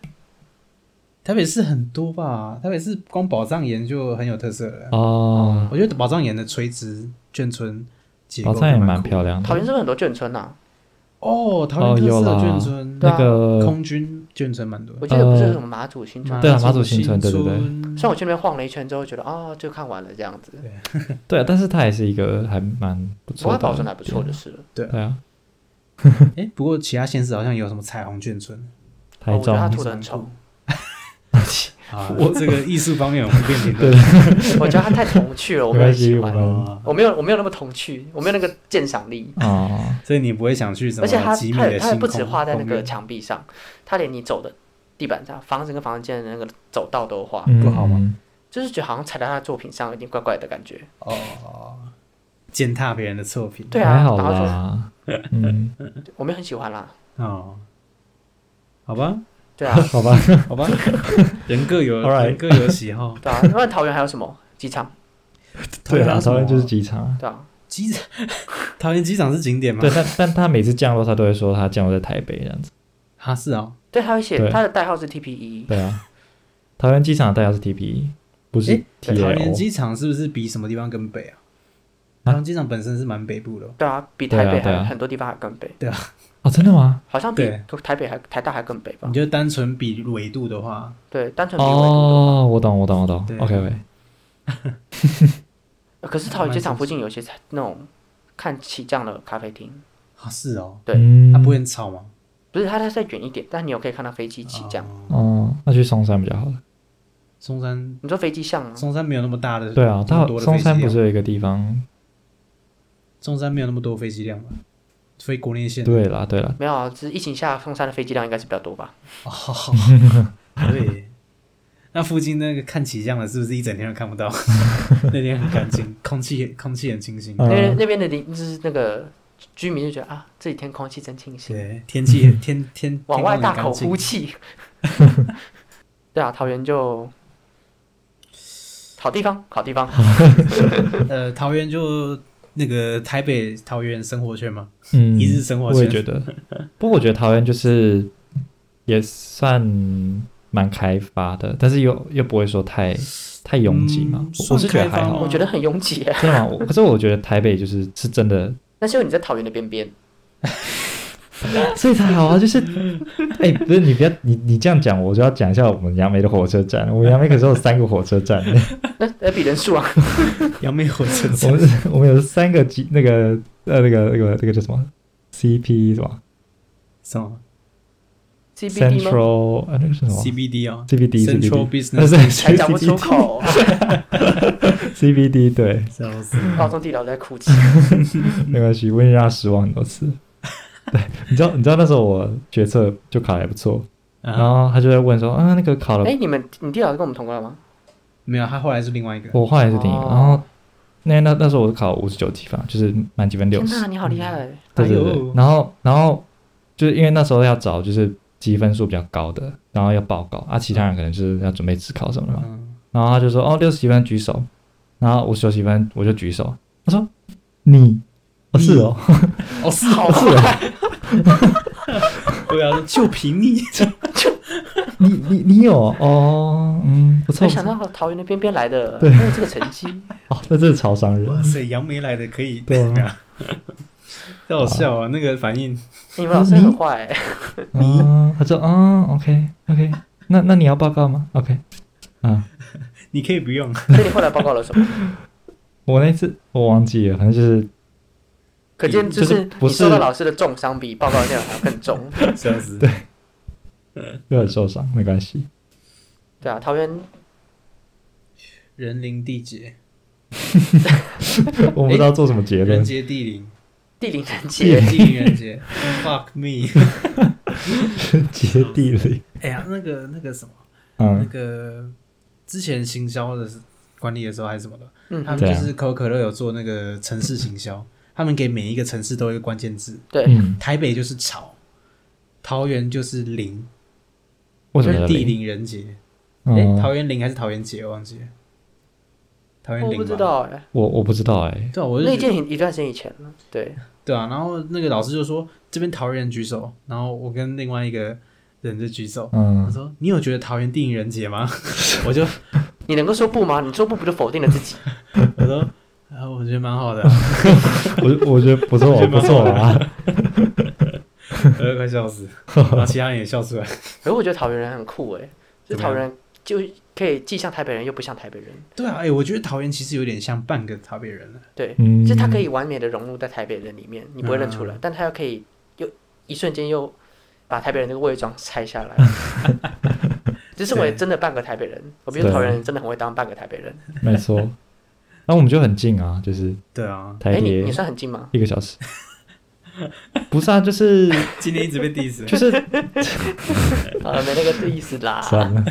Speaker 1: 台北市很多吧，台北市光宝藏岩就很有特色了。
Speaker 2: 哦，
Speaker 1: 我觉得宝藏岩的垂直眷村结构
Speaker 2: 宝藏也蛮
Speaker 1: 蛮酷
Speaker 2: 漂亮的
Speaker 3: 桃，园是不是很多眷村啊？
Speaker 1: 哦，桃园
Speaker 2: 哦
Speaker 1: 特
Speaker 2: 有
Speaker 1: 色的
Speaker 2: 啦
Speaker 1: 眷村，
Speaker 2: 那个
Speaker 1: 啊空军眷村蛮多的。
Speaker 3: 我记得不是有什么马祖新村。
Speaker 2: 对啊马祖
Speaker 1: 祖
Speaker 2: 新村对对对
Speaker 1: 对
Speaker 3: 虽然我去那边晃了一圈之后，觉得哦，就看完了这样子，
Speaker 2: 对啊，但是它也是一个还蛮不
Speaker 3: 不
Speaker 2: 错
Speaker 3: 过
Speaker 2: 的，
Speaker 3: 保存得还不错就是了。
Speaker 2: 对啊，
Speaker 1: 哎、不过其他县市好像有什么彩虹眷村
Speaker 2: 台
Speaker 3: 我觉
Speaker 2: 中
Speaker 3: 得他涂的很丑，
Speaker 1: <laughs> 啊，我这个艺术方面我不便评
Speaker 2: <laughs>
Speaker 1: 论。
Speaker 3: 我觉得他太童趣了，我
Speaker 2: 没
Speaker 3: 没
Speaker 2: 关
Speaker 3: 有很喜
Speaker 2: 系，我
Speaker 3: 欢。
Speaker 2: 们
Speaker 1: 哦
Speaker 3: 我没有，我没有那么童趣，我没有那个鉴赏力。
Speaker 2: 哦，
Speaker 1: 所以你不会想去什
Speaker 3: 而
Speaker 1: 么
Speaker 3: 且它
Speaker 1: 吉米
Speaker 3: 它也
Speaker 1: 的
Speaker 3: 它也
Speaker 1: 星
Speaker 3: 不
Speaker 1: 空
Speaker 3: 止画在那
Speaker 1: 公
Speaker 3: 个
Speaker 1: 园
Speaker 3: 墙壁上，它连你走的地板上、房子跟房间的那个走道都有画，
Speaker 2: 嗯
Speaker 1: 不好吗？
Speaker 3: 就是觉得好像踩到他的作品上有点怪怪的感觉。
Speaker 1: 哦，践踏别人的作品。
Speaker 3: 对
Speaker 2: 嗯还
Speaker 3: 啊，
Speaker 2: 好
Speaker 3: 然后就
Speaker 2: 啦，嗯，
Speaker 3: 我没有很喜欢啦。
Speaker 1: 哦，好吧，
Speaker 3: 对啊，
Speaker 2: 好吧，
Speaker 1: 好
Speaker 2: <laughs>
Speaker 1: 吧，人各有
Speaker 2: All right
Speaker 1: 人各有喜好。
Speaker 3: 对啊，那桃园还有什么机场？
Speaker 2: <laughs> 对 <laughs> 啦，
Speaker 1: 桃
Speaker 2: 桃
Speaker 1: 园
Speaker 2: 园
Speaker 1: 有什
Speaker 2: 就
Speaker 1: 么
Speaker 2: 是机场啊，
Speaker 3: 对啊，
Speaker 1: 机场，桃园机场是景点吗
Speaker 2: <laughs> 对，？但但他每次降落，他都会说他降落在台北这样子，
Speaker 1: 哈是哦，
Speaker 3: 对，他会写
Speaker 2: 对
Speaker 3: 他的代号是 E，TPE，
Speaker 1: <laughs>
Speaker 2: 对啊，桃园机场的代号是 TP，不是
Speaker 1: 诶桃园
Speaker 2: TL，
Speaker 1: 机场是不是比什么地方更北啊？
Speaker 2: 哦啊
Speaker 1: 桃园机场本身是蛮北部的哦，
Speaker 3: 对啊，比
Speaker 2: 对啊
Speaker 3: 台北
Speaker 2: 对啊
Speaker 3: 还很多地方还更北，
Speaker 2: 哦，真的吗？
Speaker 3: 好像比
Speaker 1: 对
Speaker 3: 台北还台大还更北吧
Speaker 1: 你？就单纯比纬度的话，
Speaker 3: 对，单纯比纬度
Speaker 2: 嗯
Speaker 3: 的
Speaker 2: 哦，我懂，我懂，我懂
Speaker 1: 对
Speaker 2: ，OK OK，
Speaker 3: 呃可是桃园机场
Speaker 1: 蛮神奇
Speaker 3: 附近有些那种看起降的咖啡厅，
Speaker 1: 啊是哦，
Speaker 3: 对
Speaker 2: 嗯
Speaker 1: 它不会很吵吗？
Speaker 3: 不是它它再远一点，但你有可以看到飞机起降。
Speaker 1: 哦
Speaker 2: 哦，那去松山比较好了。
Speaker 1: 松山
Speaker 3: 你说飞机像吗？
Speaker 1: 松山没有那么大的，
Speaker 2: 对啊，
Speaker 1: 这么
Speaker 2: 它
Speaker 1: 多的
Speaker 2: 松
Speaker 1: 飞机
Speaker 2: 山不
Speaker 1: 量
Speaker 2: 是有一个地方？
Speaker 1: 松山没有那么多飞机量吧？飞国内线
Speaker 2: 对啦，对啦，
Speaker 3: 没有啊，就是疫情下松山的飞机量应该是比较多吧？
Speaker 1: <laughs> 哦，
Speaker 2: <laughs>
Speaker 1: 对，那附近那个看起降的，是不是一整天都看不
Speaker 2: <laughs>
Speaker 1: 到？那天很干净，空气空气很清新，
Speaker 2: 嗯
Speaker 3: 那边那边的邻就是那个居民就觉得啊，这几天空气真清新，
Speaker 1: 对，天气
Speaker 2: 嗯
Speaker 1: 天天
Speaker 3: 往外大
Speaker 1: 天空
Speaker 3: 口呼
Speaker 1: 很干净
Speaker 3: 气。 <laughs> 对啊，桃园就好地方，好地方。
Speaker 1: 呃，桃园就那个台北桃园生活圈嘛，
Speaker 2: 嗯，
Speaker 1: <laughs> 一日生活
Speaker 2: 我也
Speaker 1: 圈，
Speaker 2: 觉得。 <laughs> 不过我觉得桃园就是也算蛮开发的，但是又又不会说太太拥挤嘛
Speaker 1: 嗯。
Speaker 2: 我我是觉得
Speaker 1: 算开
Speaker 2: 还
Speaker 1: 发
Speaker 2: 好啊
Speaker 1: 吗，
Speaker 3: 我觉得很拥
Speaker 2: <laughs>
Speaker 3: 挤耶，
Speaker 2: 真的吗？我可是我觉得台北就是是真的，
Speaker 3: 那是因为你在桃园的边边。
Speaker 2: 所以才好啊。就是， <laughs> 哎、不是你不要你你这样讲，我就要讲一下我们杨梅的火车站。我们杨梅可是有三个火车 <laughs> 站的，
Speaker 3: 那那比人数
Speaker 2: <laughs>
Speaker 3: 啊，
Speaker 1: 杨梅火车
Speaker 2: 我
Speaker 1: 站
Speaker 2: 们我们有三个机那个呃那个那个那个叫什么 CP 什么？
Speaker 1: 什么
Speaker 3: CBD 吗？
Speaker 2: Central 啊，那个是什么
Speaker 1: CBD 哦
Speaker 2: CBD
Speaker 1: ，Central
Speaker 2: CBD， <laughs>
Speaker 1: Business，
Speaker 2: 呃是
Speaker 3: 还讲不出
Speaker 2: CBD
Speaker 3: 口，啊
Speaker 2: CBD 对，
Speaker 1: 笑死，
Speaker 3: <laughs> 高中地老在哭泣。
Speaker 2: 没关系，我已经让他失望很多次。对，你知道你知道那时候我决策就考得还不错，然
Speaker 1: 啊，
Speaker 2: 后他就在问说啊那个考了
Speaker 3: 哎，，你们你地老跟我们同过来吗？
Speaker 1: 没有，他后来是另外一个，
Speaker 2: 我后来是第一，
Speaker 3: 哦
Speaker 2: 然后那那那时候我考五十九积分，就是满积分六
Speaker 3: 天
Speaker 2: 十
Speaker 3: 哪，，你好厉害！
Speaker 2: 对对
Speaker 1: 哎
Speaker 2: 对
Speaker 1: 呦，
Speaker 2: 然后然后就是因为那时候要找就是积分数比较高的，然后要报告啊，其他人可能就是要准备自考什么的嘛，
Speaker 1: 嗯，
Speaker 2: 然后他就说：“哦，六十几分举手。”然后我九十几分我就举手。他说：“你，哦是哦，
Speaker 1: 哦，是
Speaker 3: 好
Speaker 1: 哦，
Speaker 2: 是哦，
Speaker 1: <laughs> 对啊，就凭你，
Speaker 2: 你你你有哦哦，嗯，不错
Speaker 3: 没
Speaker 2: 不
Speaker 3: 想
Speaker 2: 错。
Speaker 3: 到桃园的边边来的，
Speaker 2: 对
Speaker 3: 还有这个成绩，
Speaker 2: 哦，那真是超商人
Speaker 1: 哇塞，杨梅来的可以，
Speaker 2: 对啊，
Speaker 1: 太 <laughs> 好笑啊，那个反应，
Speaker 3: 你们老师很坏 <laughs> 欸。
Speaker 2: 啊。”他说：“啊，OK OK，那那你要报告吗？OK，啊，
Speaker 1: 你可以不用，
Speaker 3: 所以你后来报告了什么？
Speaker 2: 我那次我忘记了，反正就是
Speaker 3: 可见就
Speaker 2: 就是
Speaker 3: 是
Speaker 2: 不
Speaker 3: 你
Speaker 2: 是
Speaker 3: 受到老师的重伤比报告的内容还要更重。
Speaker 1: 笑死，对，
Speaker 2: 有点受伤，没关系。
Speaker 3: 对啊，桃园
Speaker 1: 人灵地杰，
Speaker 2: 我不知道做什么结
Speaker 1: 哎人
Speaker 2: 论。
Speaker 1: 杰地灵，
Speaker 3: 地灵人杰，
Speaker 1: 地灵人杰，fuck me，
Speaker 2: <laughs> 接地里，
Speaker 1: 哎呀，那个那个什么，那
Speaker 2: 嗯，
Speaker 1: 个之前行销的管理的时候还是什么的。
Speaker 3: 嗯
Speaker 1: 他们
Speaker 2: 对
Speaker 1: 就
Speaker 2: 啊
Speaker 1: 是可口可乐有做那个城市行销，他们给每一个城市都有一个关键字，
Speaker 3: 对，
Speaker 2: 嗯，
Speaker 1: 台北就是潮，桃园就是零，
Speaker 2: 为什
Speaker 1: 就
Speaker 2: 么
Speaker 1: 是
Speaker 2: 要
Speaker 1: 地
Speaker 2: 零？
Speaker 1: 灵人杰。哎、
Speaker 2: 嗯，
Speaker 1: 桃园零还是桃园节，我忘记了。桃园
Speaker 3: 我
Speaker 1: 零
Speaker 3: 不知
Speaker 1: 吧？
Speaker 3: 道哎、
Speaker 2: 我我不知道哎，
Speaker 1: 对啊，我就
Speaker 3: 那
Speaker 1: 觉
Speaker 3: 已
Speaker 1: 得
Speaker 3: 经很一段时间以前了，对，
Speaker 1: 对啊，然后那个老师就说这边桃园人举手，然后我跟另外一个人就举手，他 <laughs>
Speaker 2: 嗯，
Speaker 1: 说你有觉得桃园地灵人杰吗？ <laughs> 我就
Speaker 3: 你能够说不吗？你说不不就否定了自己？
Speaker 1: 我说啊，我觉得蛮好的啊、
Speaker 2: 我我觉得不
Speaker 1: 我
Speaker 2: 错
Speaker 1: 觉得蛮
Speaker 2: 不错啊，
Speaker 1: <laughs> 呃，快笑死，然后其他人也笑出来。
Speaker 3: 可是我觉得桃园人很酷哎、就
Speaker 1: 怎么
Speaker 3: 桃园人就可以既像台北人又不像台北人，
Speaker 1: 对啊，哎、我觉得桃园其实有点像半个台北人了。
Speaker 3: 对，
Speaker 2: 嗯，
Speaker 3: 就是他可以完美的融入在台北人里面，你不会认出来，但他又可以又一瞬间又把台北人那个伪装拆下来。就是我也真的半个台北人，我比如
Speaker 2: 对
Speaker 3: 桃园人真的很会当半个台北人。
Speaker 2: 没错，那我们就很近啊，就是
Speaker 1: 对啊，
Speaker 3: 哎、
Speaker 2: 台
Speaker 3: 你
Speaker 2: 铁
Speaker 3: 你算很
Speaker 2: <laughs>
Speaker 3: 近吗？
Speaker 2: 一个小时，不是啊，就是
Speaker 1: 今天一直被 diss，
Speaker 2: 就是
Speaker 3: 好啊了，没那个意思啦。
Speaker 2: 算了，